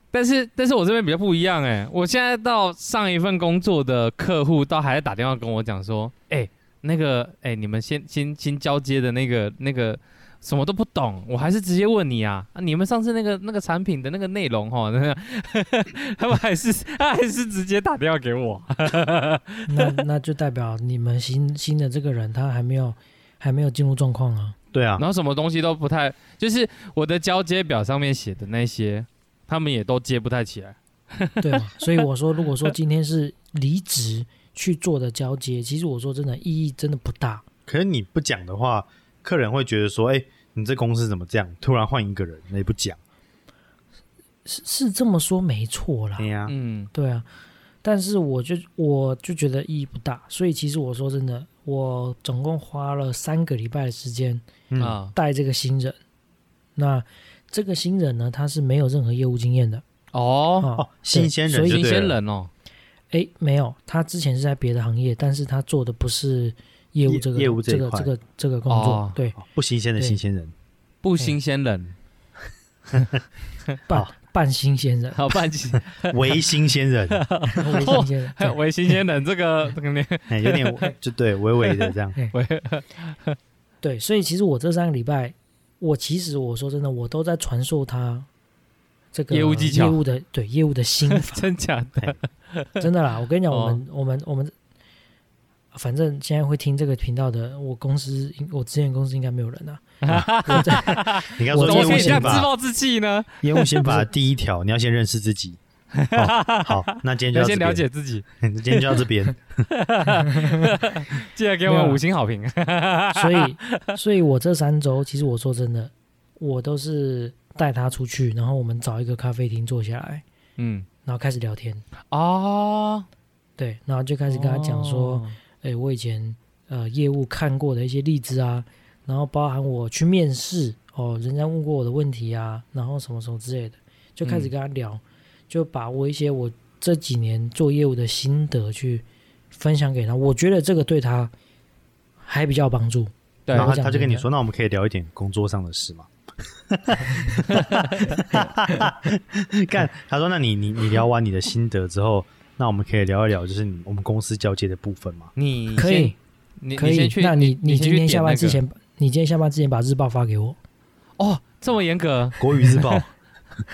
[SPEAKER 2] 但是但是我这边比较不一样哎、我现在到上一份工作的客户，到还在打电话跟我讲说，哎、那个哎、你们先先先交接的那个那个什么都不懂，我还是直接问你啊，啊你们上次那个那个产品的那个内容哈，那个 他们还是他还是直接打电话给我，
[SPEAKER 3] 那那就代表你们新新的这个人他还没有还没有进入状况啊。
[SPEAKER 1] 对啊
[SPEAKER 2] 然，后什么东西都不太，就是我的交接表上面写的那些，他们也都接不太起来。
[SPEAKER 3] 对嘛？所以我说，如果说今天是离职去做的交接，其实我说真的意义真的不大。
[SPEAKER 1] 可是你不讲的话，客人会觉得说，哎、你这公司怎么这样？突然换一个人，你也不讲。
[SPEAKER 3] 是是这么说没错啦
[SPEAKER 1] 哎，呀、
[SPEAKER 2] 嗯，
[SPEAKER 3] 对啊。但是我就我就觉得意义不大，所以其实我说真的，我总共花了三个礼拜的时间
[SPEAKER 1] 嗯
[SPEAKER 2] 啊，
[SPEAKER 3] 带这个新人。那这个新人呢，他是没有任何业务经验的
[SPEAKER 2] 哦，
[SPEAKER 3] 啊
[SPEAKER 1] 哦，新鲜人
[SPEAKER 3] 所以
[SPEAKER 1] 就
[SPEAKER 2] 新
[SPEAKER 1] 对
[SPEAKER 2] 鲜
[SPEAKER 1] 了
[SPEAKER 2] 人哦，
[SPEAKER 3] 诶，没有，他之前是在别的行业，但是他做的不是业务
[SPEAKER 1] 业
[SPEAKER 3] 这个
[SPEAKER 1] 业务这
[SPEAKER 3] 这
[SPEAKER 1] 一
[SPEAKER 3] 个
[SPEAKER 1] 块
[SPEAKER 3] 这个这个工作，
[SPEAKER 2] 哦
[SPEAKER 3] 对，
[SPEAKER 1] 哦不新鲜的
[SPEAKER 3] 对
[SPEAKER 1] 新鲜人，
[SPEAKER 2] 不新鲜人，
[SPEAKER 3] 半、
[SPEAKER 1] 哦
[SPEAKER 3] 半新鲜人，
[SPEAKER 2] 好半斤，
[SPEAKER 1] 为新鲜人，
[SPEAKER 3] 微新鲜人，
[SPEAKER 2] 还有为新鲜人这个这个年
[SPEAKER 1] 哎有点就对，微微的这 样。
[SPEAKER 2] 为
[SPEAKER 3] 对，所以其实我这三个礼拜，我其实我说真的，我都在传授他这个
[SPEAKER 2] 业务技巧
[SPEAKER 3] 业务的对业务的 心法，
[SPEAKER 2] 真假 的
[SPEAKER 3] 真的啦，我跟你讲，
[SPEAKER 2] 哦
[SPEAKER 3] 我们、我们我们，反正现在会听这个频道的，我公司我之前公司应该没 有人啊，我在
[SPEAKER 1] 你刚
[SPEAKER 3] 我
[SPEAKER 1] 说业
[SPEAKER 2] 怎
[SPEAKER 1] 务
[SPEAKER 2] 么可以这
[SPEAKER 1] 心
[SPEAKER 2] 样自
[SPEAKER 1] 法，
[SPEAKER 2] 暴自弃呢？
[SPEAKER 1] 业务心法第一条，你要先认识自己。哦 好，那今天就
[SPEAKER 2] 要
[SPEAKER 1] 到
[SPEAKER 2] 先
[SPEAKER 1] 这
[SPEAKER 2] 了
[SPEAKER 1] 边，
[SPEAKER 2] 解自己，
[SPEAKER 1] 今天就到这边。
[SPEAKER 2] 记得给我
[SPEAKER 3] 没有
[SPEAKER 2] 们
[SPEAKER 3] 啦
[SPEAKER 2] 五星好评。
[SPEAKER 1] 啊
[SPEAKER 3] 所以，所以我这三周，其实我说真的，我都是带他出去，然后我们找一个咖啡厅坐下来，
[SPEAKER 2] 嗯，
[SPEAKER 3] 然后开始聊天，
[SPEAKER 2] 哦，
[SPEAKER 3] 对，然后就开始跟他讲说，
[SPEAKER 2] 哦，
[SPEAKER 3] 哎、我以前呃业务看过的一些例子啊，然后包含我去面试哦，人家问过我的问题啊，然后什么什么之类的，就
[SPEAKER 2] 嗯
[SPEAKER 3] 开始跟他聊，就把我一些我这几年做业务的心得去分享给他，我觉得这个对他还比较有帮助。
[SPEAKER 2] 对
[SPEAKER 1] 然后他
[SPEAKER 3] 我讲
[SPEAKER 1] 他就跟
[SPEAKER 3] 真
[SPEAKER 1] 你
[SPEAKER 3] 的
[SPEAKER 1] 说，那我们可以聊一点工作上的事 吗？干，他说，那你你你聊完你的心得之后，那我们可以聊一聊，就是你我们公司交接的部分嘛。
[SPEAKER 2] 你
[SPEAKER 3] 可以
[SPEAKER 2] 先，，你
[SPEAKER 3] 可
[SPEAKER 2] 你
[SPEAKER 3] 以
[SPEAKER 2] 先，去，
[SPEAKER 3] 那你
[SPEAKER 2] 你先
[SPEAKER 3] 今
[SPEAKER 2] 去
[SPEAKER 3] 天
[SPEAKER 2] 点
[SPEAKER 3] 下
[SPEAKER 2] 那
[SPEAKER 3] 班
[SPEAKER 2] 个
[SPEAKER 3] 之前，你今天下班之前把日报 发给我。
[SPEAKER 2] 哦，这么严格，
[SPEAKER 1] 国语日报，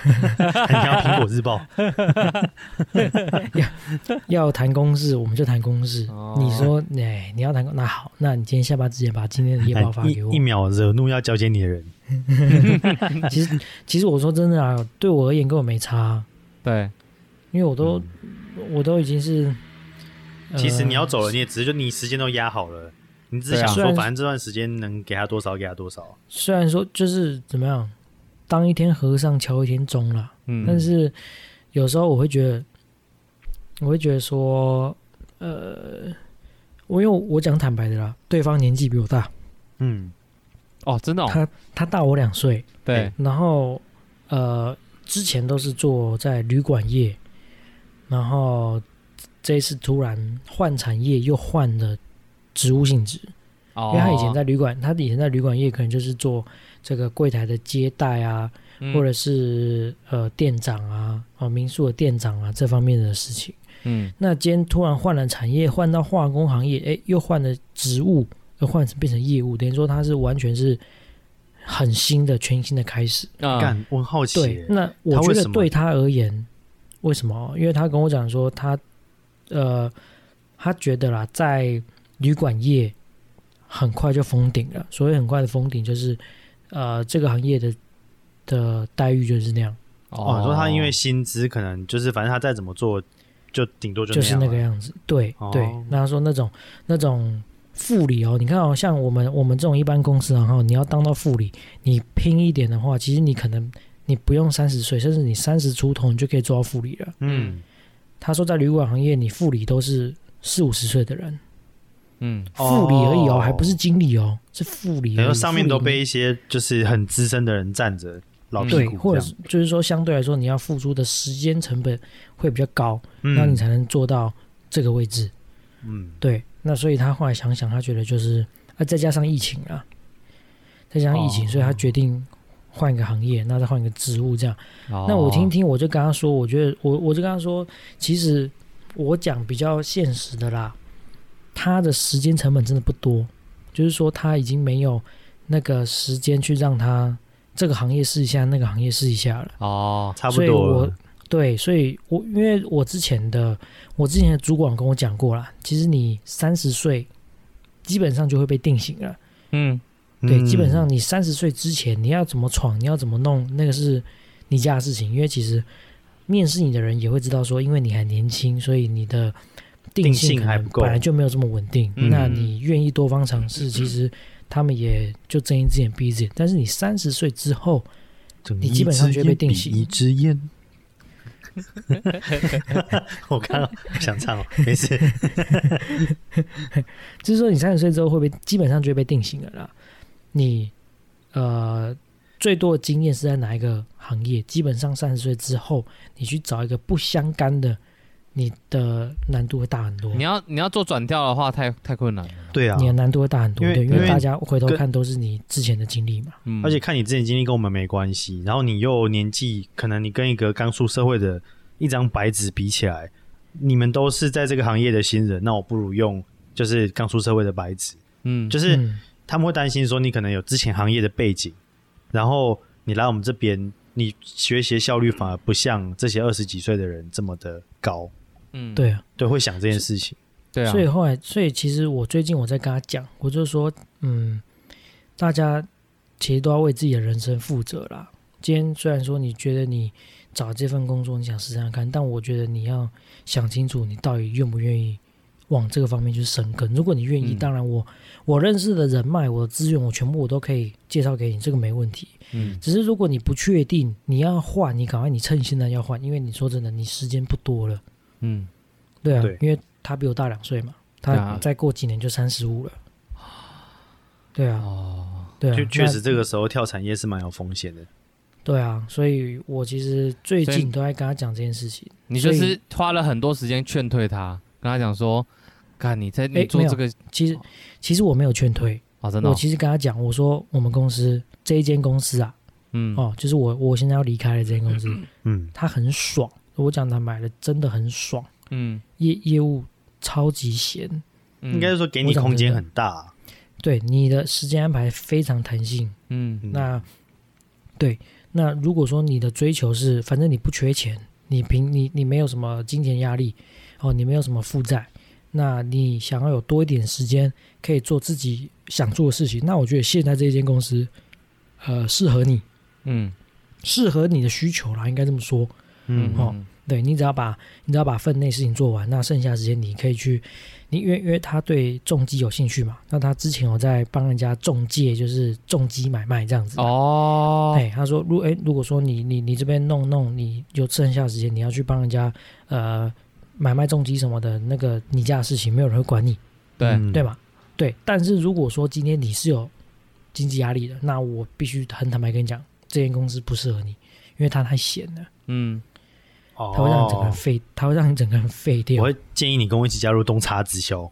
[SPEAKER 1] 很像苹果日报，
[SPEAKER 3] 要谈公事，我们就谈公事。
[SPEAKER 2] 哦
[SPEAKER 3] 你说，哎、你要谈公，那好，那你今天下班之前把今天 的夜报发
[SPEAKER 1] 哎
[SPEAKER 3] 给我
[SPEAKER 1] 一一。秒惹怒要交接你的人，
[SPEAKER 3] 其实，其实我说真的啊，对我而言根本没差，啊
[SPEAKER 2] 对，
[SPEAKER 3] 因为我都、我都已经是。呃
[SPEAKER 1] 嗯其实你要走了，你也只是就你时间都压好了，你只是想
[SPEAKER 3] 对啊
[SPEAKER 1] 说，反正这段时间能给他多少给他多少。
[SPEAKER 3] 虽然说就是怎么样，当一天和尚敲一天钟啦，
[SPEAKER 2] 嗯，
[SPEAKER 3] 但是有时候我会觉得，我会觉得说，呃，我因为我讲坦白的啦，对方年纪比我大，
[SPEAKER 1] 嗯，
[SPEAKER 2] 哦，真的哦，
[SPEAKER 3] 他他大我两岁，
[SPEAKER 2] 对，
[SPEAKER 3] 然后呃，之前都是做在旅馆业，然后这一次突然换产业，又换了职务性质，
[SPEAKER 2] 哦
[SPEAKER 3] 因为他以前在旅馆，他以前在旅馆业可能就是做这个柜台的接待啊，
[SPEAKER 2] 嗯
[SPEAKER 3] 或者是呃店长啊，哦民宿的店长啊这方面的事情。
[SPEAKER 2] 嗯
[SPEAKER 3] 那今天突然换了产业，换到化工行业，哎，又换了职务，又换成变成业务，等于说他是完全是很新的、全新的开始。
[SPEAKER 2] 嗯啊，
[SPEAKER 1] 干，我很好奇
[SPEAKER 3] 对
[SPEAKER 1] 耶，，
[SPEAKER 3] 那我
[SPEAKER 1] 他
[SPEAKER 3] 觉
[SPEAKER 1] 为
[SPEAKER 3] 得
[SPEAKER 1] 什么
[SPEAKER 3] 对他而言，为什么？因为他跟我讲说他，呃，他觉得啦，在旅馆业很快就封顶了。所谓很快的封顶，就是呃，这个行业的的待遇就是那样，
[SPEAKER 1] 哦，你说他因为薪资可能就是，反正他再怎么做，就顶多就
[SPEAKER 3] 就是那
[SPEAKER 1] 样
[SPEAKER 3] 个
[SPEAKER 1] 了
[SPEAKER 3] 样子。对、对
[SPEAKER 1] 哦，
[SPEAKER 3] 那他说那种那种副理哦，你看哦，像我们我们这种一般公司啊，哈，你要当到副理，你拼一点的话，其实你可能你不用三十岁，甚至你三十出头，你就可以做到副理了。
[SPEAKER 1] 嗯
[SPEAKER 3] 他说在旅馆行业，你副理都是四五十岁的人，
[SPEAKER 2] 嗯
[SPEAKER 1] 哦
[SPEAKER 3] 副理而已哦，还不是经理哦，是副理
[SPEAKER 1] 等
[SPEAKER 3] 而
[SPEAKER 1] 于说
[SPEAKER 3] 已。
[SPEAKER 1] 上面都
[SPEAKER 3] 副理
[SPEAKER 1] 被一些就是很资深的人站着，老屁
[SPEAKER 3] 对，
[SPEAKER 1] 股
[SPEAKER 3] 或
[SPEAKER 1] 这
[SPEAKER 3] 者
[SPEAKER 1] 样
[SPEAKER 3] 是。就是说相对来说，你要付出的时间成本会比较高，那你
[SPEAKER 1] 嗯
[SPEAKER 3] 才能做到这个位置。
[SPEAKER 1] 嗯，
[SPEAKER 3] 对，那所以他后来想想，他觉得就是啊，再加上疫情啊，再加上疫情，
[SPEAKER 1] 哦
[SPEAKER 3] 所以他决定换一个行业，那再换一个职务这样。
[SPEAKER 1] 哦
[SPEAKER 2] 哦
[SPEAKER 3] 那我听听，我就跟他说，我觉得我我就跟他说，其实我讲比较现实的啦，他的时间成本真的不多，就是说他已经没有那个时间去让他这个行业试一下，那个行业试一下了。
[SPEAKER 2] 哦，
[SPEAKER 1] 差不
[SPEAKER 3] 所以
[SPEAKER 1] 多了
[SPEAKER 3] 我。对，所以我因为我之前的我之前的主管跟我讲过啦，其实你三十岁基本上就会被定型了。
[SPEAKER 2] 嗯
[SPEAKER 3] 对，
[SPEAKER 1] 嗯
[SPEAKER 3] 基本上你三十岁之前你要怎么闯，你要怎么弄，那个是你家的事情。因为其实面试你的人也会知道说，因为你还年轻，所以你的定
[SPEAKER 1] 定
[SPEAKER 3] 性
[SPEAKER 1] 性
[SPEAKER 3] 可
[SPEAKER 1] 还
[SPEAKER 3] 能
[SPEAKER 1] 不够
[SPEAKER 3] 本来就没有这么稳定。
[SPEAKER 2] 嗯
[SPEAKER 3] 那你愿意多方尝试，其实他们也就睁一只眼闭一只眼。但是你三十岁之后，你基本上就会被定型
[SPEAKER 1] 一支烟。 我看到想唱 哦，没事。
[SPEAKER 3] 就是说你三十岁之后会被基本上就会被定型了啦。你呃最多的经验是在哪一个行业？基本上三十岁之后，你去找一个不相干的，你的难度会大很多
[SPEAKER 2] 你。要 你要做转调的话，太太困难了。
[SPEAKER 1] 对啊
[SPEAKER 3] 你，的难度会大很多，
[SPEAKER 1] 因为
[SPEAKER 3] 对，因
[SPEAKER 1] 因
[SPEAKER 3] 为
[SPEAKER 1] 为
[SPEAKER 3] 大家回头
[SPEAKER 1] 跟
[SPEAKER 3] 看都是你之前的经历嘛。
[SPEAKER 2] 嗯
[SPEAKER 1] 而且看你之前经历跟我们没关系，然后你又年纪，可能你跟一个刚出社会的一张白纸比起来，你们都是在这个行业的新人，那我不如用就是刚出社会的白纸，
[SPEAKER 2] 嗯
[SPEAKER 1] 就是是
[SPEAKER 3] 嗯
[SPEAKER 1] 他们会担心说你可能有之前行业的背景，然后你来我们这边，你学习效率反而不像这些二十几岁的人这么的高，
[SPEAKER 2] 嗯
[SPEAKER 3] 对啊，
[SPEAKER 1] 对，会想这件事情。
[SPEAKER 2] 对啊，
[SPEAKER 3] 所以后来，所以其实我最近我在跟他讲，我就说，嗯，大家其实都要为自己的人生负责啦。今天虽然说你觉得你找这份工作你想试试看，但我觉得你要想清楚，你到底愿不愿意往这个方面去深耕。如果你愿意，
[SPEAKER 2] 嗯
[SPEAKER 3] 当然我我认识的人脉、我的资源，我全部我都可以介绍给你，这个没问题。
[SPEAKER 2] 嗯
[SPEAKER 3] 只是如果你不确定你要换，你赶快你趁现在要换，因为你说真的，你时间不多了。
[SPEAKER 2] 嗯，
[SPEAKER 3] 对啊，
[SPEAKER 1] 对
[SPEAKER 3] 因为他比我大两岁嘛，
[SPEAKER 2] 对
[SPEAKER 3] 他
[SPEAKER 2] 啊
[SPEAKER 3] 再过几年就三十五了。对啊，
[SPEAKER 2] 哦，
[SPEAKER 3] 对啊，
[SPEAKER 1] 就
[SPEAKER 3] 那
[SPEAKER 1] 确实，这个时候跳产业是蛮有风险的。
[SPEAKER 3] 对啊，所以我其实最
[SPEAKER 2] 所以
[SPEAKER 3] 近都在跟他讲这件事情。
[SPEAKER 2] 你就
[SPEAKER 3] 所
[SPEAKER 2] 是
[SPEAKER 3] 以
[SPEAKER 2] 花了很多时间劝退他，跟他讲说，看你在你
[SPEAKER 3] 哎
[SPEAKER 2] 做
[SPEAKER 3] 没有
[SPEAKER 2] 这个
[SPEAKER 3] 其实，其实我没有劝退，
[SPEAKER 2] 啊，哦真的
[SPEAKER 3] 我
[SPEAKER 2] 哦，
[SPEAKER 3] 其实跟他讲，我说我们公司这一间公司啊，
[SPEAKER 2] 嗯
[SPEAKER 3] 哦，就是我我现在要离开了这间公司，
[SPEAKER 1] 嗯，
[SPEAKER 3] 他很爽。我讲他买了真的很爽，
[SPEAKER 2] 嗯，
[SPEAKER 3] 业业务超级闲，
[SPEAKER 2] 应
[SPEAKER 1] 应该是说给你空间很大啊、
[SPEAKER 3] 对你的时间安排非常弹性，
[SPEAKER 2] 嗯
[SPEAKER 1] 嗯
[SPEAKER 3] 那对，那如果说你的追求是，反正你不缺钱，你凭你你没有什么金钱压力，哦，你没有什么负债，那你想要有多一点时间可以做自己想做的事情，那我觉得现在这间公司，呃，适合你，
[SPEAKER 2] 嗯
[SPEAKER 3] 适合你的需求啦，应该这么说。
[SPEAKER 2] 嗯
[SPEAKER 1] 嗯，
[SPEAKER 3] 哦对你只要把你只要把分内事情做完，那剩下的时间你可以去，你因为因为他对重机有兴趣嘛，那他之前有在帮人家中介，就是重机买卖这样子。
[SPEAKER 2] 嗯哦，
[SPEAKER 3] 哎，他说，如哎，如果说你你你这边弄弄，你有剩下的时间，你要去帮人家呃买卖重机什么的，那个你家的事情没有人会管你，
[SPEAKER 2] 对，
[SPEAKER 1] 嗯
[SPEAKER 3] 对？吗？对。但是如果说今天你是有经济压力的，那我必须很坦白跟你讲，这间公司不适合你，因为它太闲了，
[SPEAKER 2] 嗯，
[SPEAKER 1] 哦
[SPEAKER 3] 它会让你整个人废，它会让你整个人废掉
[SPEAKER 1] 我。会建议你跟我一起加入东差直销，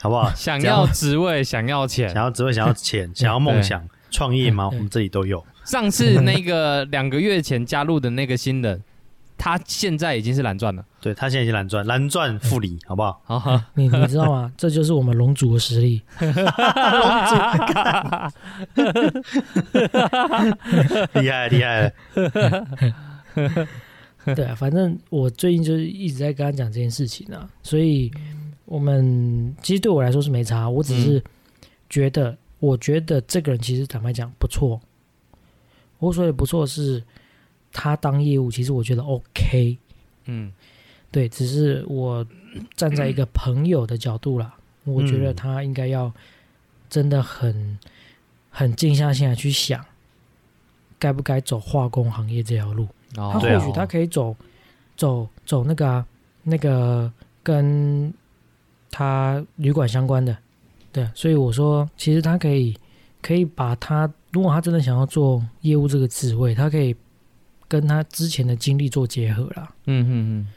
[SPEAKER 1] 好不好？
[SPEAKER 2] 想
[SPEAKER 1] 这样
[SPEAKER 2] 要职位，想要钱
[SPEAKER 1] 想。要职位，想要钱，想要梦想，创业吗？我
[SPEAKER 3] 对
[SPEAKER 1] 们这里都有。
[SPEAKER 2] 上次那个两个月前加入的那个新人，他现在已经是蓝钻了。
[SPEAKER 1] 对他现在已经蓝钻，蓝钻副理，好不好？
[SPEAKER 2] 好好，
[SPEAKER 3] 你你知道吗？这就是我们龙族的实力。
[SPEAKER 1] 厉害厉 害了，
[SPEAKER 3] 对啊，反正我最近就是一直在跟他讲这件事情啊，所以我们其实对我来说是没差，我只是觉得，我觉得这个人其实坦白讲不错。我所谓不错是，他当业务，其实我觉得 OK，
[SPEAKER 2] 嗯
[SPEAKER 3] 对，只是我站在一个朋友的角度啦，我觉得他应该要真的很很静下心来去想，该不该走化工行业这条路。
[SPEAKER 2] 哦
[SPEAKER 3] 他
[SPEAKER 1] 对啊
[SPEAKER 3] 或许他可以走走走那个啊，那个跟他旅馆相关的，对，所以我说其实他可以可以把他，如果他真的想要做业务这个职位，他可以跟他之前的经历做结合啦。
[SPEAKER 2] 嗯嗯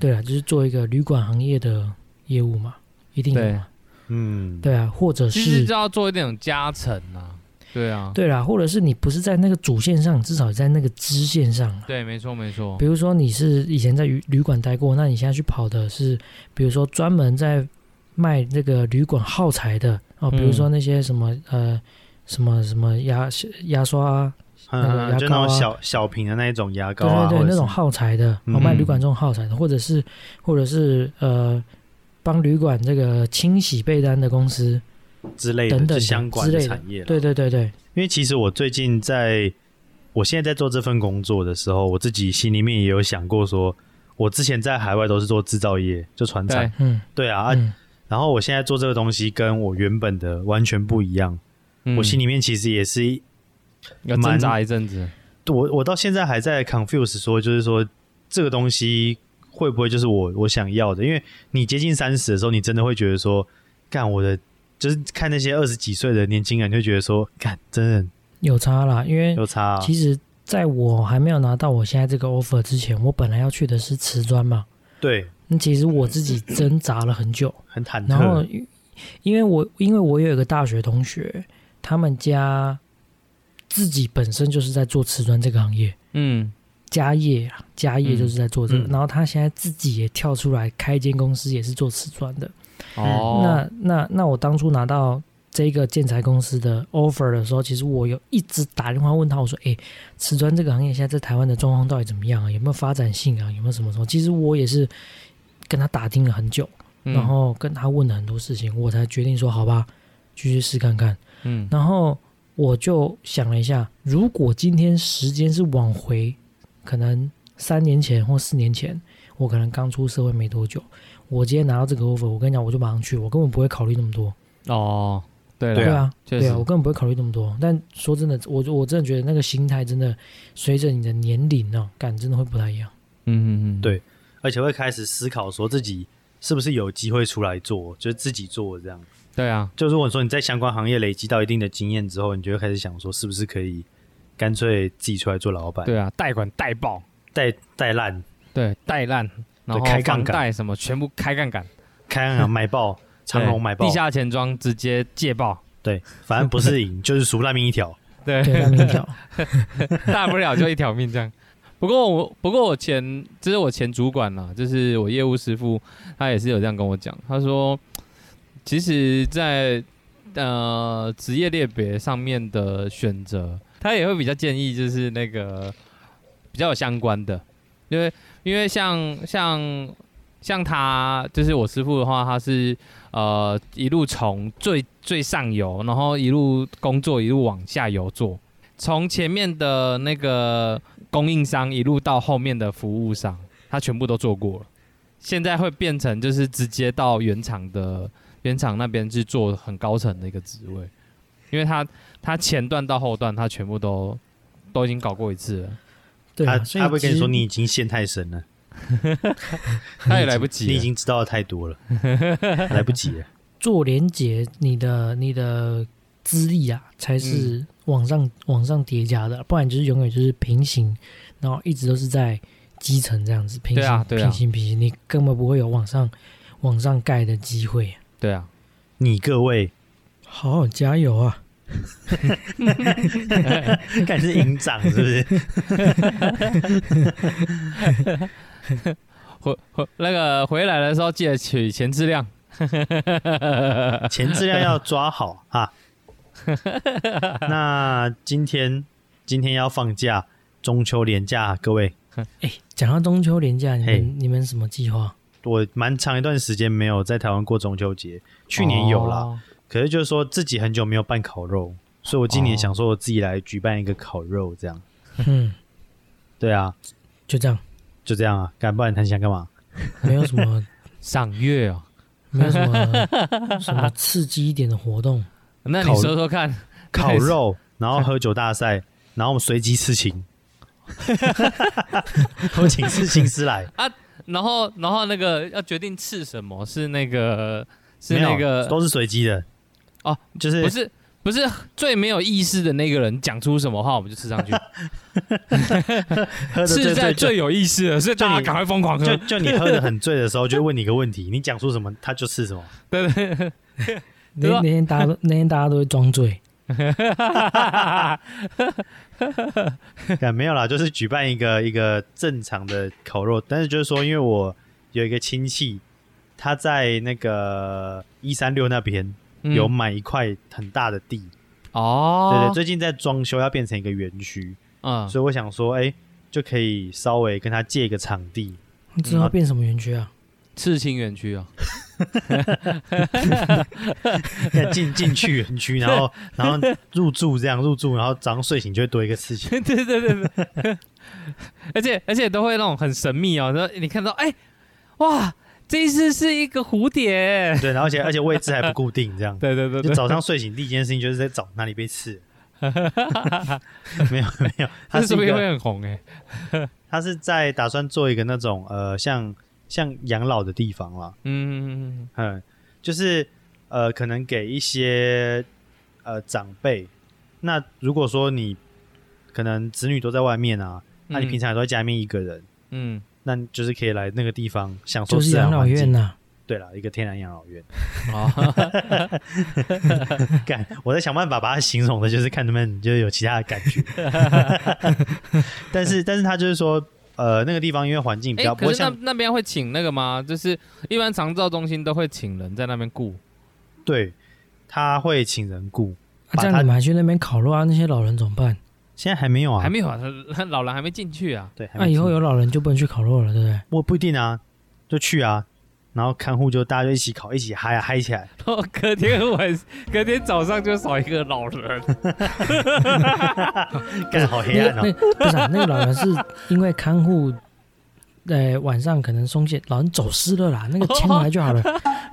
[SPEAKER 3] 对啊，就是做一个旅馆行业的业务嘛，一定有嘛。
[SPEAKER 1] 嗯，
[SPEAKER 3] 对啊，或者
[SPEAKER 2] 嗯，其实
[SPEAKER 3] 是
[SPEAKER 2] 就要做一点加成啊，对啊，
[SPEAKER 3] 对啦，或者是你不是在那个主线上，至少在那个支线上啊。
[SPEAKER 2] 对，没错没
[SPEAKER 1] 哦
[SPEAKER 2] 错
[SPEAKER 3] 比，如说你是以前在旅旅馆待过，那你现在去跑的是，比如说专门在卖这个旅馆耗材的哦，比如
[SPEAKER 1] 嗯
[SPEAKER 3] 说那些什么、呃什么什么牙牙刷啊，
[SPEAKER 1] 嗯，
[SPEAKER 3] 那个牙膏啊
[SPEAKER 1] 就那种小小瓶的那一种牙膏啊，
[SPEAKER 3] 对
[SPEAKER 1] 或
[SPEAKER 3] 对对，
[SPEAKER 1] 者
[SPEAKER 3] 那
[SPEAKER 1] 是
[SPEAKER 3] 种耗材的，哦，
[SPEAKER 1] 嗯
[SPEAKER 3] 卖旅馆这种耗材的，或者是或者是呃帮旅馆这个清洗被单的公司，
[SPEAKER 1] 之类的，
[SPEAKER 3] 等等
[SPEAKER 1] 就相关
[SPEAKER 3] 之类的
[SPEAKER 1] 产业啦。
[SPEAKER 3] 对对对对，
[SPEAKER 1] 因为其实我最近在，我现在在做这份工作的时候，我自己心里面也有想过说，我之前在海外都是做制造业，就船厂，
[SPEAKER 2] 对，
[SPEAKER 3] 嗯
[SPEAKER 1] 对啊啊
[SPEAKER 3] 嗯，
[SPEAKER 1] 然后我现在做这个东西跟我原本的完全不一样，
[SPEAKER 3] 嗯
[SPEAKER 1] 我心
[SPEAKER 2] 里
[SPEAKER 1] 里面其实也是，
[SPEAKER 2] 要挣扎一阵子，
[SPEAKER 1] 我我到现在还在 confuse 说，就是说这个东西会不会就是我我想要的？因为你接近三十的时候，你真的会觉得说，干我的。就是看那些二十几岁的年轻人，就会觉得说，干真
[SPEAKER 3] 有差啦，因为
[SPEAKER 1] 的有差、啊。
[SPEAKER 3] 其实在我还没有拿到我现在这个 offer 之前，我本来要去的是瓷砖嘛，
[SPEAKER 1] 对，
[SPEAKER 3] 那其实
[SPEAKER 1] 嗯
[SPEAKER 3] 我自己挣扎了很久，
[SPEAKER 1] 很忐忑。
[SPEAKER 3] 然后
[SPEAKER 1] 嗯
[SPEAKER 3] 因为我因为我有一个大学同学，他们家自己本身就是在做瓷砖这个行业，
[SPEAKER 2] 嗯，
[SPEAKER 3] 家业啊，家业就是在做这个，
[SPEAKER 1] 嗯嗯
[SPEAKER 3] 然后他现在自己也跳出来开一间公司，也是做瓷砖的。
[SPEAKER 2] 哦，
[SPEAKER 3] 那那那我当初拿到这个建材公司的 offer 的时候，其实我有一直打电话问他，我说：“哎、瓷砖这个行业现在在台湾的状况到底怎么样啊？有没有发展性啊？有没有什么什么？”其实我也是跟他打听了很久，
[SPEAKER 2] 嗯
[SPEAKER 3] 然后跟他问了很多事情，我才决定说：“好吧，继续试看看。”
[SPEAKER 2] 嗯
[SPEAKER 3] 然后我就想了一下，如果今天时间是往回，可能三年前或四年前，我可能刚出社会没多久，我今天拿到这个 offer，我跟你讲，我就马上去，我根本不会考虑那么多。
[SPEAKER 2] 哦，对
[SPEAKER 1] 对
[SPEAKER 2] 了，
[SPEAKER 3] 啊，
[SPEAKER 2] 确
[SPEAKER 3] 对
[SPEAKER 2] 实
[SPEAKER 3] 啊，我根本不会考虑那么多。但说真的，我我真的觉得那个心态真的随着你的年龄哦，感真的会不太一样。
[SPEAKER 2] 嗯嗯嗯，
[SPEAKER 1] 对而且会开始思考说自己是不是有机会出来做，就是自己做这样。
[SPEAKER 2] 对啊，
[SPEAKER 1] 就如果说你在相关行业累积到一定的经验之后，你就会开始想说，是不是可以干脆自己出来做老板，
[SPEAKER 2] 对啊，贷款贷爆，
[SPEAKER 1] 带带烂，
[SPEAKER 2] 对，贷烂，然后
[SPEAKER 1] 对开杠
[SPEAKER 2] 房
[SPEAKER 1] 杆
[SPEAKER 2] 贷什么全部开杠杆，
[SPEAKER 1] 开杠 杆买爆，长
[SPEAKER 2] 对
[SPEAKER 1] 隆买爆
[SPEAKER 2] 地，下钱庄直接借爆，
[SPEAKER 1] 对，反正不是 赢就是输烂命一条。
[SPEAKER 2] 对，
[SPEAKER 3] 对，在面条，
[SPEAKER 2] 大不了就一条命这样。不过我不过我前这是我前主管啦，就是我业务师傅，他也是有这样跟我讲，他说，其实在，呃职业类别上面的选择，他也会比较建议就是那个比较有相关的，因为因为像像像他就是我师傅的话，他是呃一路从最最上游，然后一路工作一路往下游做，从前面的那个供应商一路到后面的服务商，他全部都做过了。现在会变成就是直接到原厂的原厂那边去做很高层的一个职位，因为他他前段到后段他全部都都已经搞过一次了，
[SPEAKER 3] 对
[SPEAKER 1] 他
[SPEAKER 3] 啊，所以
[SPEAKER 1] 他会跟你说
[SPEAKER 3] 其实
[SPEAKER 1] 你已经陷太深了，
[SPEAKER 2] 他也来不及
[SPEAKER 1] 你已
[SPEAKER 2] 了。
[SPEAKER 1] 经知道的太 多了，来不及了。
[SPEAKER 3] 做连接，你的你的资历啊，才
[SPEAKER 2] 嗯
[SPEAKER 3] 是往上、往上叠加的，啊不然就是永远就是平行，然后一直都是在基层这样子平行、
[SPEAKER 2] 对啊对啊
[SPEAKER 3] 平行平行，你根本不会有往上往上盖的机会。
[SPEAKER 2] 对啊，
[SPEAKER 1] 你各 位，
[SPEAKER 3] 好好加油啊！
[SPEAKER 1] 感觉是营长是不 是？
[SPEAKER 2] 回回那个回来的时候记得取前质量。
[SPEAKER 1] 前质量要抓 好啊。那今天今天要放假，中秋连假，各位
[SPEAKER 3] 哎，讲到中秋连假，你
[SPEAKER 1] 嘿
[SPEAKER 3] 们你们什么计 划？
[SPEAKER 1] 我蛮长一段时间没有在台湾过中秋节，去年有啦，
[SPEAKER 2] 哦
[SPEAKER 1] 可是就是说自己很久没有办烤肉，所以我
[SPEAKER 3] 哦
[SPEAKER 1] 今年想说我自己来举办一个烤肉，这样。
[SPEAKER 3] 嗯，
[SPEAKER 1] 对啊，
[SPEAKER 3] 就这样，
[SPEAKER 1] 就这样啊，敢不然他想干嘛？
[SPEAKER 3] 没有什么
[SPEAKER 2] 赏月哦。
[SPEAKER 3] 没有什么什么刺激一点的活动。
[SPEAKER 2] 那你
[SPEAKER 1] 烤
[SPEAKER 2] 说说看，
[SPEAKER 1] 烤肉，然后喝酒大赛， 然后我们随机刺青。我请刺青师来，
[SPEAKER 2] 然后然后那个要决定刺什么是那个是
[SPEAKER 1] 没有
[SPEAKER 2] 那个
[SPEAKER 1] 都是随机的
[SPEAKER 2] 哦，
[SPEAKER 1] 就是
[SPEAKER 2] 不是不是最没有意思的那个人讲出什么话，我们就 吃上去。
[SPEAKER 1] 喝的
[SPEAKER 2] 是
[SPEAKER 1] 最
[SPEAKER 2] 在
[SPEAKER 1] 醉
[SPEAKER 2] 最有意思的，所以大家
[SPEAKER 1] 你
[SPEAKER 2] 赶快疯狂
[SPEAKER 1] 就
[SPEAKER 2] 喝。
[SPEAKER 1] 就你喝的很醉的时候，就会问你一个问题，你讲出什么他就吃什 么。
[SPEAKER 2] 对对对，
[SPEAKER 3] 那
[SPEAKER 2] 对吧啊嗯
[SPEAKER 3] 那天大家都那天大家都会装醉，
[SPEAKER 1] 啊，没有啦，就是举办一个一个正常的烤肉，但是就是说，因为我有一个亲戚，他在那个一三六那边
[SPEAKER 2] 嗯
[SPEAKER 1] 有买一块很大的地，对
[SPEAKER 2] 哦
[SPEAKER 1] 对，，最近在装修，要变成一个园区，
[SPEAKER 2] 嗯，
[SPEAKER 1] 所以我想说，哎、就可以稍微跟他借一个场 地，
[SPEAKER 3] 你知道变什么园区啊？
[SPEAKER 2] 刺青园区哦，
[SPEAKER 1] 进进去园区，然后 然后入住这样入住，然后早上睡醒就会多一个事情。
[SPEAKER 2] 对对对对对， 而且而且都会那种很神秘哦，然后你看到哎，哇，这一次是一个蝴蝶，
[SPEAKER 1] 对，然后而且而且位置还不固定，这样。
[SPEAKER 2] 对对对
[SPEAKER 1] 就
[SPEAKER 2] 对，
[SPEAKER 1] 早上睡醒第一件事情就是在找哪里被刺。 没有没有，它是
[SPEAKER 2] 这是
[SPEAKER 1] 一
[SPEAKER 2] 不是
[SPEAKER 1] 个
[SPEAKER 2] 会很红哎？
[SPEAKER 1] 他是在打算做一个那种呃，像像养老的地方啦，
[SPEAKER 2] 嗯，
[SPEAKER 1] 嗯，就是呃，可能给一些呃长辈。那如果说你可能子女都在外面啊，那你
[SPEAKER 3] 嗯
[SPEAKER 1] 平
[SPEAKER 2] 常
[SPEAKER 1] 常也都在家里面一个人，
[SPEAKER 2] 嗯
[SPEAKER 1] 那你就是可以来那个地方享受
[SPEAKER 2] 啊
[SPEAKER 3] 就是
[SPEAKER 1] 自然
[SPEAKER 3] 养老
[SPEAKER 1] 环境
[SPEAKER 3] 院。啊呐、
[SPEAKER 1] 对了，一个天然养老院。
[SPEAKER 2] 哦，
[SPEAKER 1] 干，我在想办法把它形容的，就是看能不能就是有其他的感 觉。但是，但是他就是说，呃，那个地方因为环境比较
[SPEAKER 2] 哎，
[SPEAKER 1] 不
[SPEAKER 2] 可
[SPEAKER 1] 会
[SPEAKER 2] 是那
[SPEAKER 1] 像
[SPEAKER 2] 那边会请那个吗？就是一般长照中心都会请人在那边雇，
[SPEAKER 1] 对，他会请人雇，
[SPEAKER 3] 啊，
[SPEAKER 1] 把
[SPEAKER 3] 这
[SPEAKER 1] 它
[SPEAKER 3] 样你们还去那边烤肉啊？那些老人怎么办？
[SPEAKER 1] 现在还没有啊，
[SPEAKER 2] 还没有啊，他老人还没进去啊。
[SPEAKER 1] 对，还
[SPEAKER 3] 那、
[SPEAKER 1] 没
[SPEAKER 3] 以后
[SPEAKER 1] 进
[SPEAKER 3] 有老人就不能去烤肉了，对不对？
[SPEAKER 1] 我不一定啊，就去啊，然后看护就大家就一起烤，一起嗨啊嗨起来，
[SPEAKER 2] 然后哦隔天晚，隔天早上就少一个老人，
[SPEAKER 1] 干好黑暗
[SPEAKER 3] 那
[SPEAKER 1] 哦，
[SPEAKER 3] 个那不是、啊、那个老人是因为看护，呃，晚上可能松懈，老人走失了啦，那个牵回来就 好了。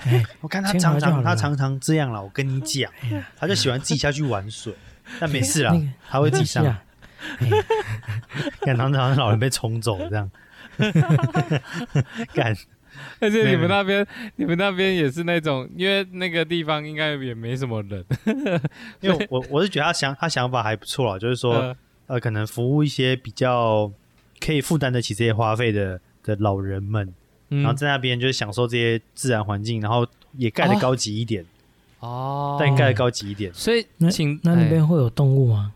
[SPEAKER 3] 哎，
[SPEAKER 1] 我看他
[SPEAKER 3] 天
[SPEAKER 1] 常
[SPEAKER 3] 哪就好
[SPEAKER 1] 常
[SPEAKER 3] 了哎
[SPEAKER 1] 他常常这样啦，我跟你讲，他就喜欢自己下去玩 水，但没事啦
[SPEAKER 3] 那个，
[SPEAKER 1] 他会自己
[SPEAKER 3] 是
[SPEAKER 1] 上，
[SPEAKER 3] 啊，
[SPEAKER 1] 干常常老人被冲走这 样，干。
[SPEAKER 2] 而且你
[SPEAKER 1] 对
[SPEAKER 2] 们那边，你们那边也是那种，因为那个地方应该也没什么人。
[SPEAKER 1] 因为我我是觉得他想他想法还不错啦，就是说、
[SPEAKER 3] 嗯
[SPEAKER 2] 呃
[SPEAKER 1] 呃，可能服务一些比较可以负担得起这些花费的的老人们，
[SPEAKER 2] 嗯
[SPEAKER 1] 然后在那边就是享受这些自然环境，然后也盖的
[SPEAKER 2] 哦
[SPEAKER 1] 高级一点，
[SPEAKER 2] 哦，
[SPEAKER 1] 但盖的高级一点。
[SPEAKER 2] 所以
[SPEAKER 3] 那
[SPEAKER 2] 请哎
[SPEAKER 3] 那那边会有动物吗？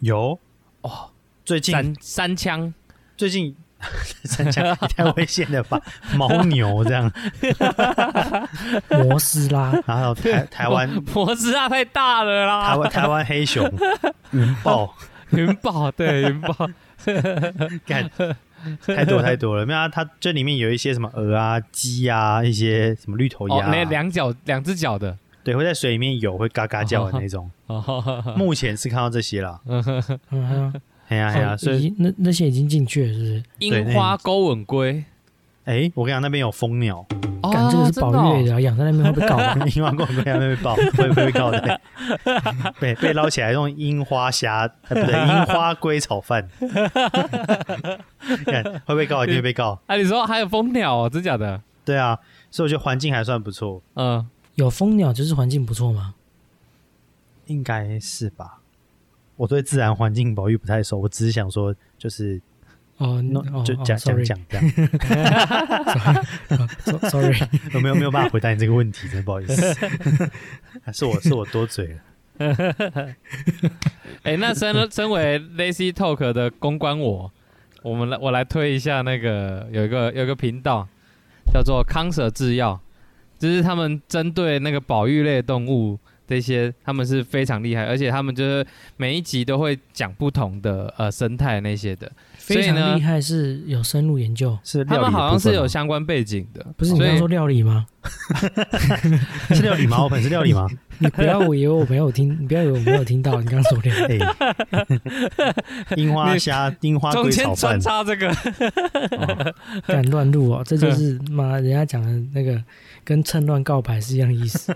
[SPEAKER 1] 有
[SPEAKER 2] 哦，
[SPEAKER 1] 最
[SPEAKER 2] 哎
[SPEAKER 1] 近
[SPEAKER 2] 三三枪，
[SPEAKER 1] 最近 三峡也太危险了 吧，牦牛这样，
[SPEAKER 3] 摩斯拉，
[SPEAKER 1] 然后台台湾
[SPEAKER 2] 脖子啊太大
[SPEAKER 1] 台
[SPEAKER 2] 了啦，
[SPEAKER 1] 湾台湾黑 熊嗯云豹。
[SPEAKER 2] 云豹对云豹，
[SPEAKER 1] 干，太多太多了。没有、啊，它这里面有一些什么鹅啊、鸡啊，一些什么绿头
[SPEAKER 2] 哦
[SPEAKER 1] 鸭、，啊
[SPEAKER 2] 那两脚两只脚的
[SPEAKER 1] 对，会在水里面游，会嘎嘎叫的那种。
[SPEAKER 2] 哦，
[SPEAKER 1] 目前是看到这些啦，
[SPEAKER 3] 嗯，还有
[SPEAKER 1] 哎呀哎呀，所
[SPEAKER 3] 哦已
[SPEAKER 2] 哦
[SPEAKER 1] 以
[SPEAKER 3] 经那那些已经进去了，是不是？
[SPEAKER 2] 樱花勾吻龟，
[SPEAKER 1] 哎，我跟你讲，那边有蜂鸟，
[SPEAKER 2] 哦
[SPEAKER 3] 感，这个是
[SPEAKER 2] 真的
[SPEAKER 3] 保
[SPEAKER 2] 哦
[SPEAKER 3] 育类的啊，养在那边会被告 啊。
[SPEAKER 1] 樱花过会被爆，会会被告的，被被捞起来用樱花虾，哎不对，樱花龟炒 饭，看会被告，一定会被告。
[SPEAKER 2] 啊，你说还有蜂鸟哦，真假的？
[SPEAKER 1] 对啊，所以我觉得环境还算不错，
[SPEAKER 2] 嗯，
[SPEAKER 3] 有蜂鸟就是环境不错嘛。
[SPEAKER 1] 应该是吧。我对自然环境保育不太熟，我只是想说，就是
[SPEAKER 3] 哦，
[SPEAKER 1] 弄
[SPEAKER 3] 哦
[SPEAKER 1] 就
[SPEAKER 3] 哦
[SPEAKER 1] 讲讲
[SPEAKER 3] sorry
[SPEAKER 1] 讲这样，
[SPEAKER 3] So- sorry，
[SPEAKER 1] 我没有没有办法回答你这个问题，真的不好意 思， 是我是我多嘴了。
[SPEAKER 2] 哎，那 身身为 Lazy Talk 的公关我，我们来我来推一下那个有一个有一个频道叫做康舍制药，就是他们针对那个保育类动物这些，他们是非常厉害，而且他们就是每一集都会讲不同的呃生态那些的，所
[SPEAKER 3] 非
[SPEAKER 2] 以
[SPEAKER 3] 常
[SPEAKER 2] 呢
[SPEAKER 3] 厉，害，是有深入研究。
[SPEAKER 1] 是
[SPEAKER 2] 他
[SPEAKER 1] 料理
[SPEAKER 2] 们
[SPEAKER 1] 的
[SPEAKER 2] 好像是
[SPEAKER 1] 部分
[SPEAKER 2] 有
[SPEAKER 1] 吗
[SPEAKER 2] 相关背景的，
[SPEAKER 3] 哦不是你
[SPEAKER 2] 所
[SPEAKER 3] 刚
[SPEAKER 2] 以
[SPEAKER 3] 刚说料理吗？
[SPEAKER 1] 哦 是料理吗？我本是料理吗？
[SPEAKER 3] 你不要以为我没有听， 你不要以为我没有听到你刚刚说 的。
[SPEAKER 1] 哎， 樱花虾、樱花
[SPEAKER 2] 中
[SPEAKER 1] 龟
[SPEAKER 2] 间
[SPEAKER 1] 炒饭，
[SPEAKER 2] 穿插这个，
[SPEAKER 1] 哦
[SPEAKER 3] 敢乱录哦，这就是妈人家讲的那个跟趁乱告白是一样的意思。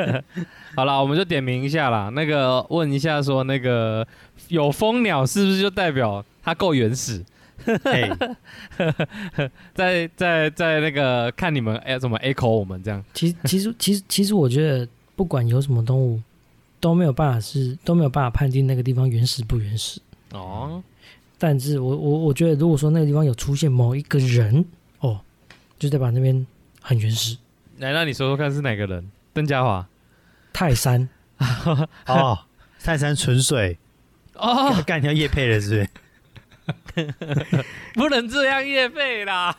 [SPEAKER 2] 好了，我们就点名一下啦。那个问一下说，那个有蜂鸟是不是就代表它够原始？
[SPEAKER 1] 哎，
[SPEAKER 2] 在在在那个看你们哎、怎么 echo 我们这样？
[SPEAKER 3] 其其实其实其实我觉得不管有什么动物都没有办法是都没有办法判定那个地方原始不原始。
[SPEAKER 2] 哦，
[SPEAKER 3] 但是我我我觉得如果说那个地方有出现某一个人哦，就代表那边很原始。
[SPEAKER 2] 来，那你说说看是哪个人？邓家华
[SPEAKER 3] 泰山
[SPEAKER 1] 哦，泰山纯水，
[SPEAKER 2] 哦，
[SPEAKER 1] 干掉叶配了是不是？
[SPEAKER 2] 不能这样夜费啦。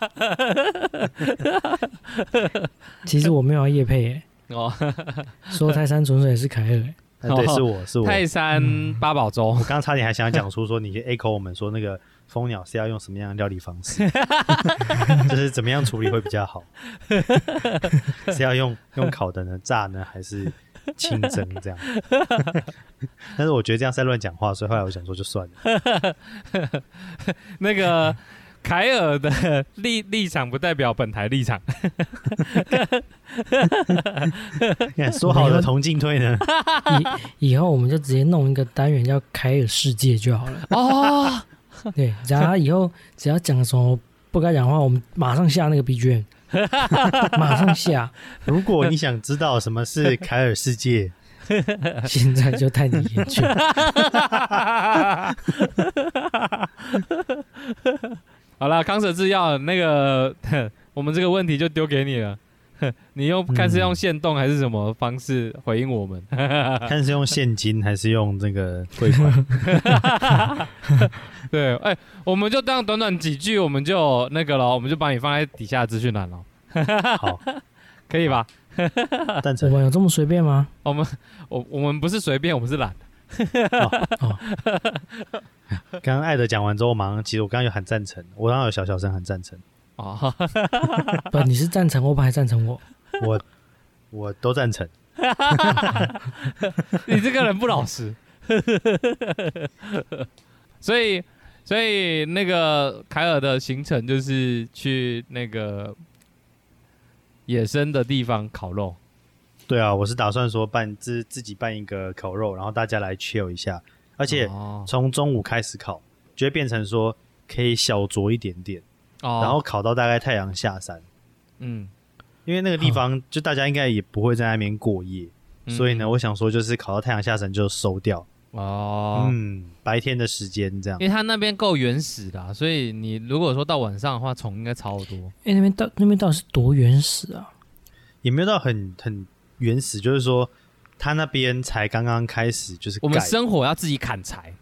[SPEAKER 3] 其实我没有要叶配、欸，
[SPEAKER 2] 哦，
[SPEAKER 3] 说泰山纯粹也是凯尔、欸。
[SPEAKER 1] 啊对，是我是我，
[SPEAKER 2] 泰山八宝粥
[SPEAKER 1] 我，刚刚差点还想讲出说，你 echo 我们说那个蜂鸟是要用什么样的料理方 式，就是怎么样处理会比较好，是要用用烤的呢、炸呢，还是清蒸 这样？但是我觉得这样是在乱讲话，所以后来我想说就算 了。
[SPEAKER 2] 那个凯尔的立立场不代表本台立场。
[SPEAKER 1] 看哎说好的同进退呢？
[SPEAKER 3] 以以后我们就直接弄一个单元叫凯尔世界就好了。
[SPEAKER 2] 哦，
[SPEAKER 3] 对，只要他以后只要讲什么不该讲的话，我们马上下那个 BGM，马上下。
[SPEAKER 1] 如果你想知道什么 是凯尔世界，
[SPEAKER 3] 现在就带你研究。
[SPEAKER 2] 好了，康舍制药那个， 我们这个问题就丢给你了。 你用看是用限动还是什么方式回应我们？
[SPEAKER 1] 看是用现金还是用这个汇 款？
[SPEAKER 2] 对，哎、我们就这样短短几句，我们就那个了，我们就把你放在底下资讯栏 了，
[SPEAKER 1] 好，
[SPEAKER 2] 可以吧？
[SPEAKER 1] 赞
[SPEAKER 3] 我
[SPEAKER 1] 成。
[SPEAKER 3] 们有这么随便吗？
[SPEAKER 2] 我们我我们不是随便，我们是懒。
[SPEAKER 1] 刚刚艾德讲完之后，马上其实我刚刚有喊赞成，我刚刚有小小声喊赞成。
[SPEAKER 2] 哦，
[SPEAKER 3] 不，你是赞成我，还赞成我？
[SPEAKER 1] 我我都赞成，
[SPEAKER 2] 你这个人不老实。 所以，所以那个凯尔的行程就是去那个野生的地方烤肉。
[SPEAKER 1] 对啊，我是打算说办自自己办一个烤肉，然后大家来 chill 一下，而且
[SPEAKER 2] 哦，
[SPEAKER 1] 从中午开始烤，就会变成说可以小酌一点点，
[SPEAKER 2] 哦
[SPEAKER 1] 然后烤到大概太阳下山，
[SPEAKER 2] 嗯，
[SPEAKER 1] 因为那个地方就大家应该也不会在那边过夜，
[SPEAKER 2] 哦嗯
[SPEAKER 1] 所以呢，，我想说就是烤到太阳下山就收掉，
[SPEAKER 2] 哦，
[SPEAKER 1] 嗯，白天的时间这样
[SPEAKER 2] 因为他那边够原始啦，所以你如果说到晚上的话，虫应该超 多。
[SPEAKER 3] 哎、那边到那边到底是多原始啊？
[SPEAKER 1] 也没有到很很原始，就是说他那边才刚刚开始就是
[SPEAKER 2] 我们
[SPEAKER 1] 盖
[SPEAKER 2] 生火要自己砍柴。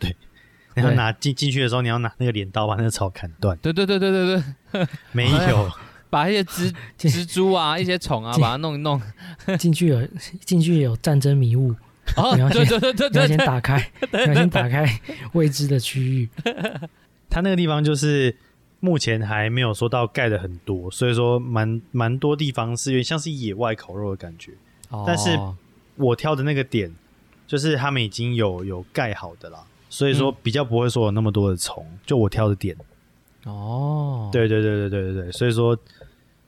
[SPEAKER 1] 你要
[SPEAKER 3] 对
[SPEAKER 1] 拿进进去的时候你要拿那个镰刀把那个草砍断，
[SPEAKER 2] 对对对对对对，
[SPEAKER 1] 没有。
[SPEAKER 2] 把一些 蜘
[SPEAKER 3] 进
[SPEAKER 2] 蜘蛛啊、一些虫啊，
[SPEAKER 3] 进
[SPEAKER 2] 把它弄一弄。
[SPEAKER 3] 进去有进去有战争迷 雾，
[SPEAKER 2] 哦，
[SPEAKER 3] 你要
[SPEAKER 2] 对
[SPEAKER 3] 先
[SPEAKER 2] 对对对
[SPEAKER 3] 你要
[SPEAKER 2] 对
[SPEAKER 3] 先
[SPEAKER 2] 对，
[SPEAKER 3] 打开，你要先打开未知的区域。
[SPEAKER 1] 它那个地方就是目前还没有说到盖的很多，所以说蛮蛮多地方是有点像是野外烤肉的感觉。但是
[SPEAKER 2] 哦
[SPEAKER 1] 我挑的那个点就是他们已经有有盖好的啦，所以说比较不会说有那么多的虫。就我挑的点，
[SPEAKER 2] 哦，
[SPEAKER 1] 对对对对对对对，所以说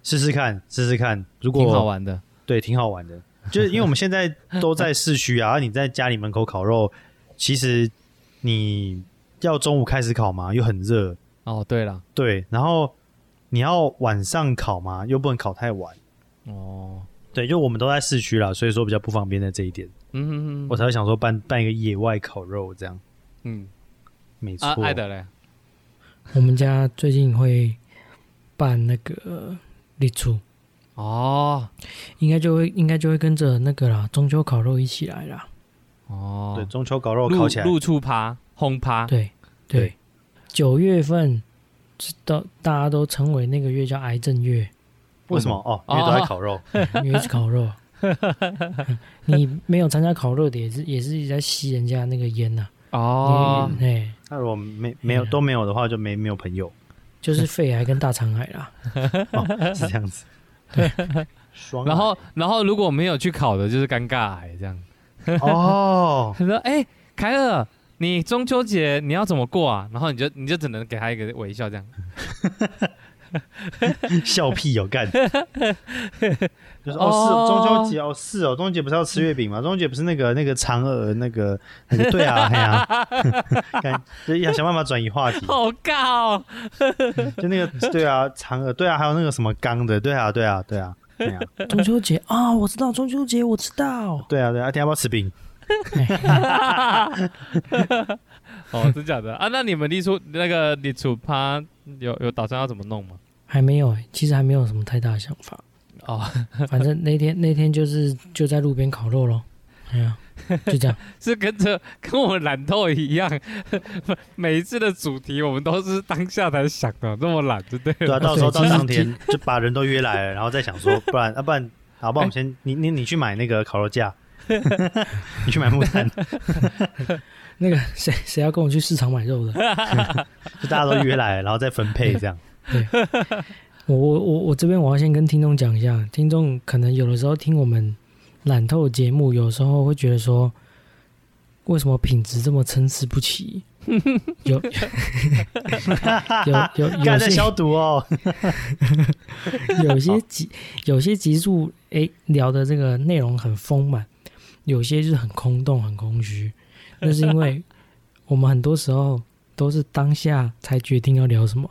[SPEAKER 1] 试试看，试试看，如果
[SPEAKER 2] 挺好玩的。
[SPEAKER 1] 对，挺好玩的。就是因为我们现在都在市区啊， 你在家里门口烤肉，其实你要中午开始烤嘛，又很热，
[SPEAKER 2] 哦，对了，
[SPEAKER 1] 对，然后你要晚上烤嘛，又不能烤太晚。
[SPEAKER 2] 哦，
[SPEAKER 1] 对，就我们都在市区啦，所以说比较不方便在这一点，
[SPEAKER 2] 嗯嗯
[SPEAKER 1] 我才会想说办办一个野外烤肉这样，
[SPEAKER 2] 嗯，
[SPEAKER 1] 没错。
[SPEAKER 2] 啊，爱的嘞，
[SPEAKER 3] 我们家最近会办那个立储，
[SPEAKER 2] 哦
[SPEAKER 3] 应该就会应该就会跟着那个啦，中秋烤肉一起来啦。
[SPEAKER 2] 哦，
[SPEAKER 1] 对，中秋烤肉
[SPEAKER 2] 露
[SPEAKER 1] 烤起来，
[SPEAKER 2] 露出趴轰趴，
[SPEAKER 3] 对对
[SPEAKER 1] 对，
[SPEAKER 3] 九月份知道大家都称为那个月叫癌症月，
[SPEAKER 1] 为什么？哦，因为都在烤 肉，
[SPEAKER 3] 因为是烤肉。 你没有参加烤肉的也是也是一直在吸人家那个烟呐、
[SPEAKER 2] 哦
[SPEAKER 3] 你哎，
[SPEAKER 1] 那如果没没有都没有的话，就没没有朋友，
[SPEAKER 3] 就是肺癌跟大肠癌啦。
[SPEAKER 1] 哦，是这样子。双
[SPEAKER 2] 然后然后如果没有去考的，就是尴尬癌这样。
[SPEAKER 1] 哦，
[SPEAKER 2] 他说：“哎、凯尔，你中秋节你要怎么过啊？”然后你就你就只能给他一个微笑这样。
[SPEAKER 1] 笑屁有、 干，就是哦是哦中秋节哦是哦中秋节不是要吃月饼吗？中秋节不是那个那个嫦娥那个那个对 啊嘿啊，看就是要想办法转移 话题，
[SPEAKER 2] 好尬哦！
[SPEAKER 1] 就那个对啊嫦娥对啊，还有那个什么刚的对啊对啊对啊对啊
[SPEAKER 3] 中秋节啊、我知道中秋节，我知道。
[SPEAKER 1] 对啊对啊，啊等一下要不要吃饼？
[SPEAKER 2] 哦，真假的啊？那你们立出那个立出趴有有打算要怎么弄吗？
[SPEAKER 3] 还没有、欸，其实还没有什么太大的想法。
[SPEAKER 2] 哦，
[SPEAKER 3] 反正那天那天就是就在路边烤肉咯。哎呀，就这样。
[SPEAKER 2] 是跟着跟我们懒惰一样， 每一次的主题我们都是当下才想的，这么懒，对不对？
[SPEAKER 1] 对啊，到时候到
[SPEAKER 3] 对其实
[SPEAKER 1] 当天 就把人都约来了，然后再想说，不然啊不然，好，不然我们先你你你去买那个烤肉架， 你去买木炭，
[SPEAKER 3] 那个 谁谁要跟我去市场买肉的？
[SPEAKER 1] 就大家都约来了，然后再分配这样。
[SPEAKER 3] 我我我我这边我要先跟听众讲一下，听众可能有的时候听我们懒透节目，有时候会觉得说，为什么品质这么参差不齐？有有有有
[SPEAKER 1] 干在
[SPEAKER 3] 些
[SPEAKER 1] 消毒哦，
[SPEAKER 3] 有些集有些集数诶聊的这个内容很丰满，有些就是很空洞、很空虚。那是因为我们很多时候都是当下才决定要聊什么，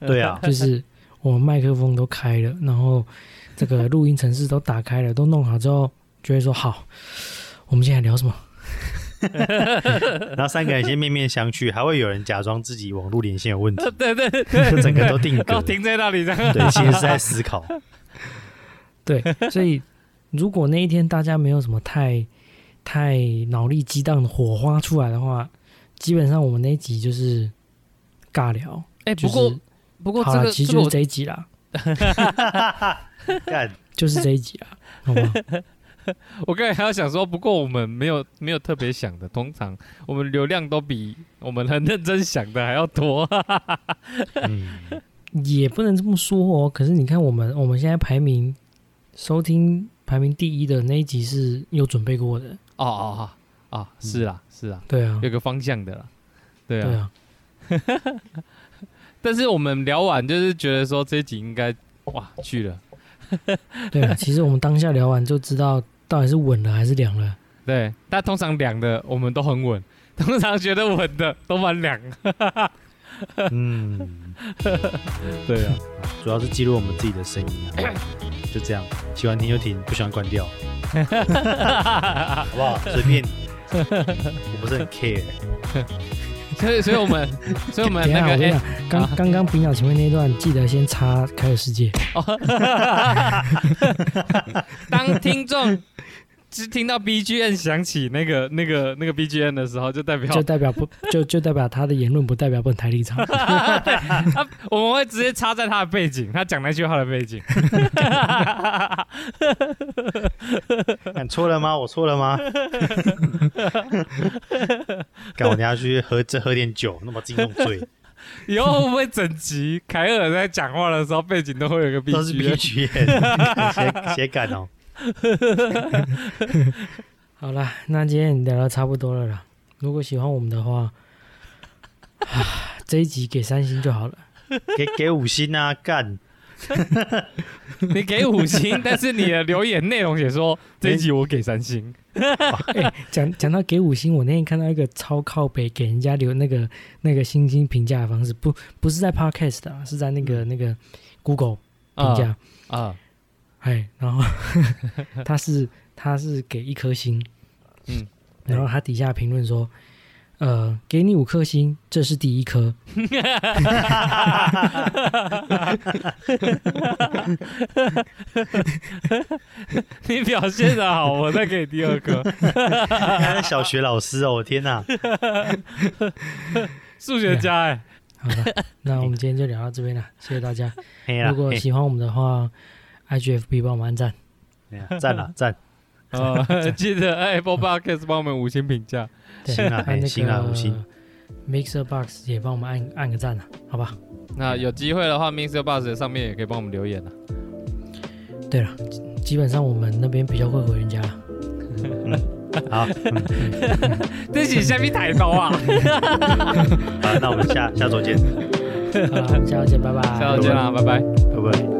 [SPEAKER 1] 对啊，
[SPEAKER 3] 就是我们麦克风都开了，然后这个录音程式都打开了，都弄好之后，就会说好，我们现在 聊什么？
[SPEAKER 1] 然后三个人先面面相觑，还会有人假装自己网络连线有问题，
[SPEAKER 2] 对对 对，
[SPEAKER 1] 就整个都定
[SPEAKER 2] 然
[SPEAKER 1] 格
[SPEAKER 2] 后。停在那里这样。
[SPEAKER 1] 对，其实是在思考，
[SPEAKER 3] 对，所以如果那一天大家没有什么太太脑力激荡的火花出来的话，基本上我们那一集就是尬聊。
[SPEAKER 2] 哎、
[SPEAKER 3] 就
[SPEAKER 2] 不
[SPEAKER 3] 是
[SPEAKER 2] 过不过
[SPEAKER 3] 好
[SPEAKER 2] 这
[SPEAKER 3] 啦
[SPEAKER 2] 个
[SPEAKER 3] 其
[SPEAKER 2] 这
[SPEAKER 3] 实
[SPEAKER 2] 个
[SPEAKER 3] 就是
[SPEAKER 2] 我
[SPEAKER 3] 这一集 啦，
[SPEAKER 1] 干
[SPEAKER 3] 就是这一集啦，好吗？
[SPEAKER 2] 我刚才还要想说，不过我们没有没有特别想的，通常我们流量都比我们很认真想的还要多。
[SPEAKER 1] 嗯，
[SPEAKER 3] 也不能这么说哦。可是你看，我们我们现在排名收听排名第一的那一集是有准备过的，
[SPEAKER 2] 哦哦哦哦，是啦是啦，
[SPEAKER 3] 对啊，
[SPEAKER 2] 有个方向的啦，对啊。
[SPEAKER 3] 对啊，
[SPEAKER 2] 但是我们聊完就是觉得说这一集应该哇去了，
[SPEAKER 3] 对啊。其实我们当下聊完就知道到底是稳了还是凉了。
[SPEAKER 2] 对。但通常凉的我们都很稳，通常觉得稳的都蛮凉。
[SPEAKER 1] 嗯，
[SPEAKER 2] 对啊，
[SPEAKER 1] 主要是记录我们自己的声音啊，就这样，喜欢听就听，不喜欢关掉，好不好？随便你，我不是很 care。
[SPEAKER 2] 所以所以我们所以我们
[SPEAKER 3] 等 一
[SPEAKER 2] 那
[SPEAKER 3] 下，我
[SPEAKER 2] 个
[SPEAKER 3] 跟你
[SPEAKER 2] 哎、
[SPEAKER 3] 讲，刚刚刚冰鸟前面那一段记得先插开尔世界，
[SPEAKER 2] 哎哦当听众。只听到 B G M 响起那个、那个、那个 B G M 的时候，就代表
[SPEAKER 3] 就代表不就就代表他的言论不代表本台 立场。
[SPEAKER 2] 对他 我们会直接插在他的背景，他讲那句话的背景。
[SPEAKER 1] 看错了吗？我错了吗？干我等下去喝这喝点酒，那么自己弄醉，
[SPEAKER 2] 以后会不会整集凯尔在讲话的时候，背景都会有一个 B
[SPEAKER 1] 都是
[SPEAKER 2] G？
[SPEAKER 1] B 区写写感哦。
[SPEAKER 3] 好啦，那今天聊的差不多了啦。如果喜欢我们的话， 啊这一集给三星就好了。
[SPEAKER 1] 给给五星啊，干！
[SPEAKER 2] 你给五星，但是你的留言内容写 说这一集我给三星。
[SPEAKER 3] 讲讲到给五星，我那天看到一个超靠北给人家留那个那个星星评价的方式，不不是在 Podcast 啊，是在那个那个 Google 评价，
[SPEAKER 2] 嗯 啊，
[SPEAKER 3] 哎、然 后他是他是给一颗星，
[SPEAKER 2] 嗯，
[SPEAKER 3] 然后他底下评论说，呃，给你五颗星，这是第一颗，
[SPEAKER 2] 你表现的好，我再给你第二个。
[SPEAKER 1] 看小学老师哦，我天哪！
[SPEAKER 2] 数学家哎、
[SPEAKER 3] 好了，那我们今天就聊到这边了，谢谢大家。
[SPEAKER 1] 嘿啦
[SPEAKER 3] 如，果
[SPEAKER 1] 嘿
[SPEAKER 3] 喜欢我们的话，IGFB 帮我们 按赞，
[SPEAKER 1] 嘿啦哎赞啦赞，
[SPEAKER 2] 呃，记得哎 Apple Podcast 帮我们五星评价。
[SPEAKER 3] 对，
[SPEAKER 1] 行啦
[SPEAKER 3] 按
[SPEAKER 1] 嘿
[SPEAKER 3] 那
[SPEAKER 1] 行啦五
[SPEAKER 3] 个呃
[SPEAKER 1] 星
[SPEAKER 3] Mixer Box 也帮我们按按个赞啊，好吧？
[SPEAKER 2] 那有机会的话，Mr. Bus 上面也可以帮我们留言啊。
[SPEAKER 3] 对了，基本上我们那边比较会回人家。
[SPEAKER 1] 好，
[SPEAKER 2] 这是下面太多啊！
[SPEAKER 1] 好，那我们下下周见，
[SPEAKER 3] 好了，下周见，拜拜，
[SPEAKER 2] 下周见啦，拜拜，
[SPEAKER 1] 拜拜。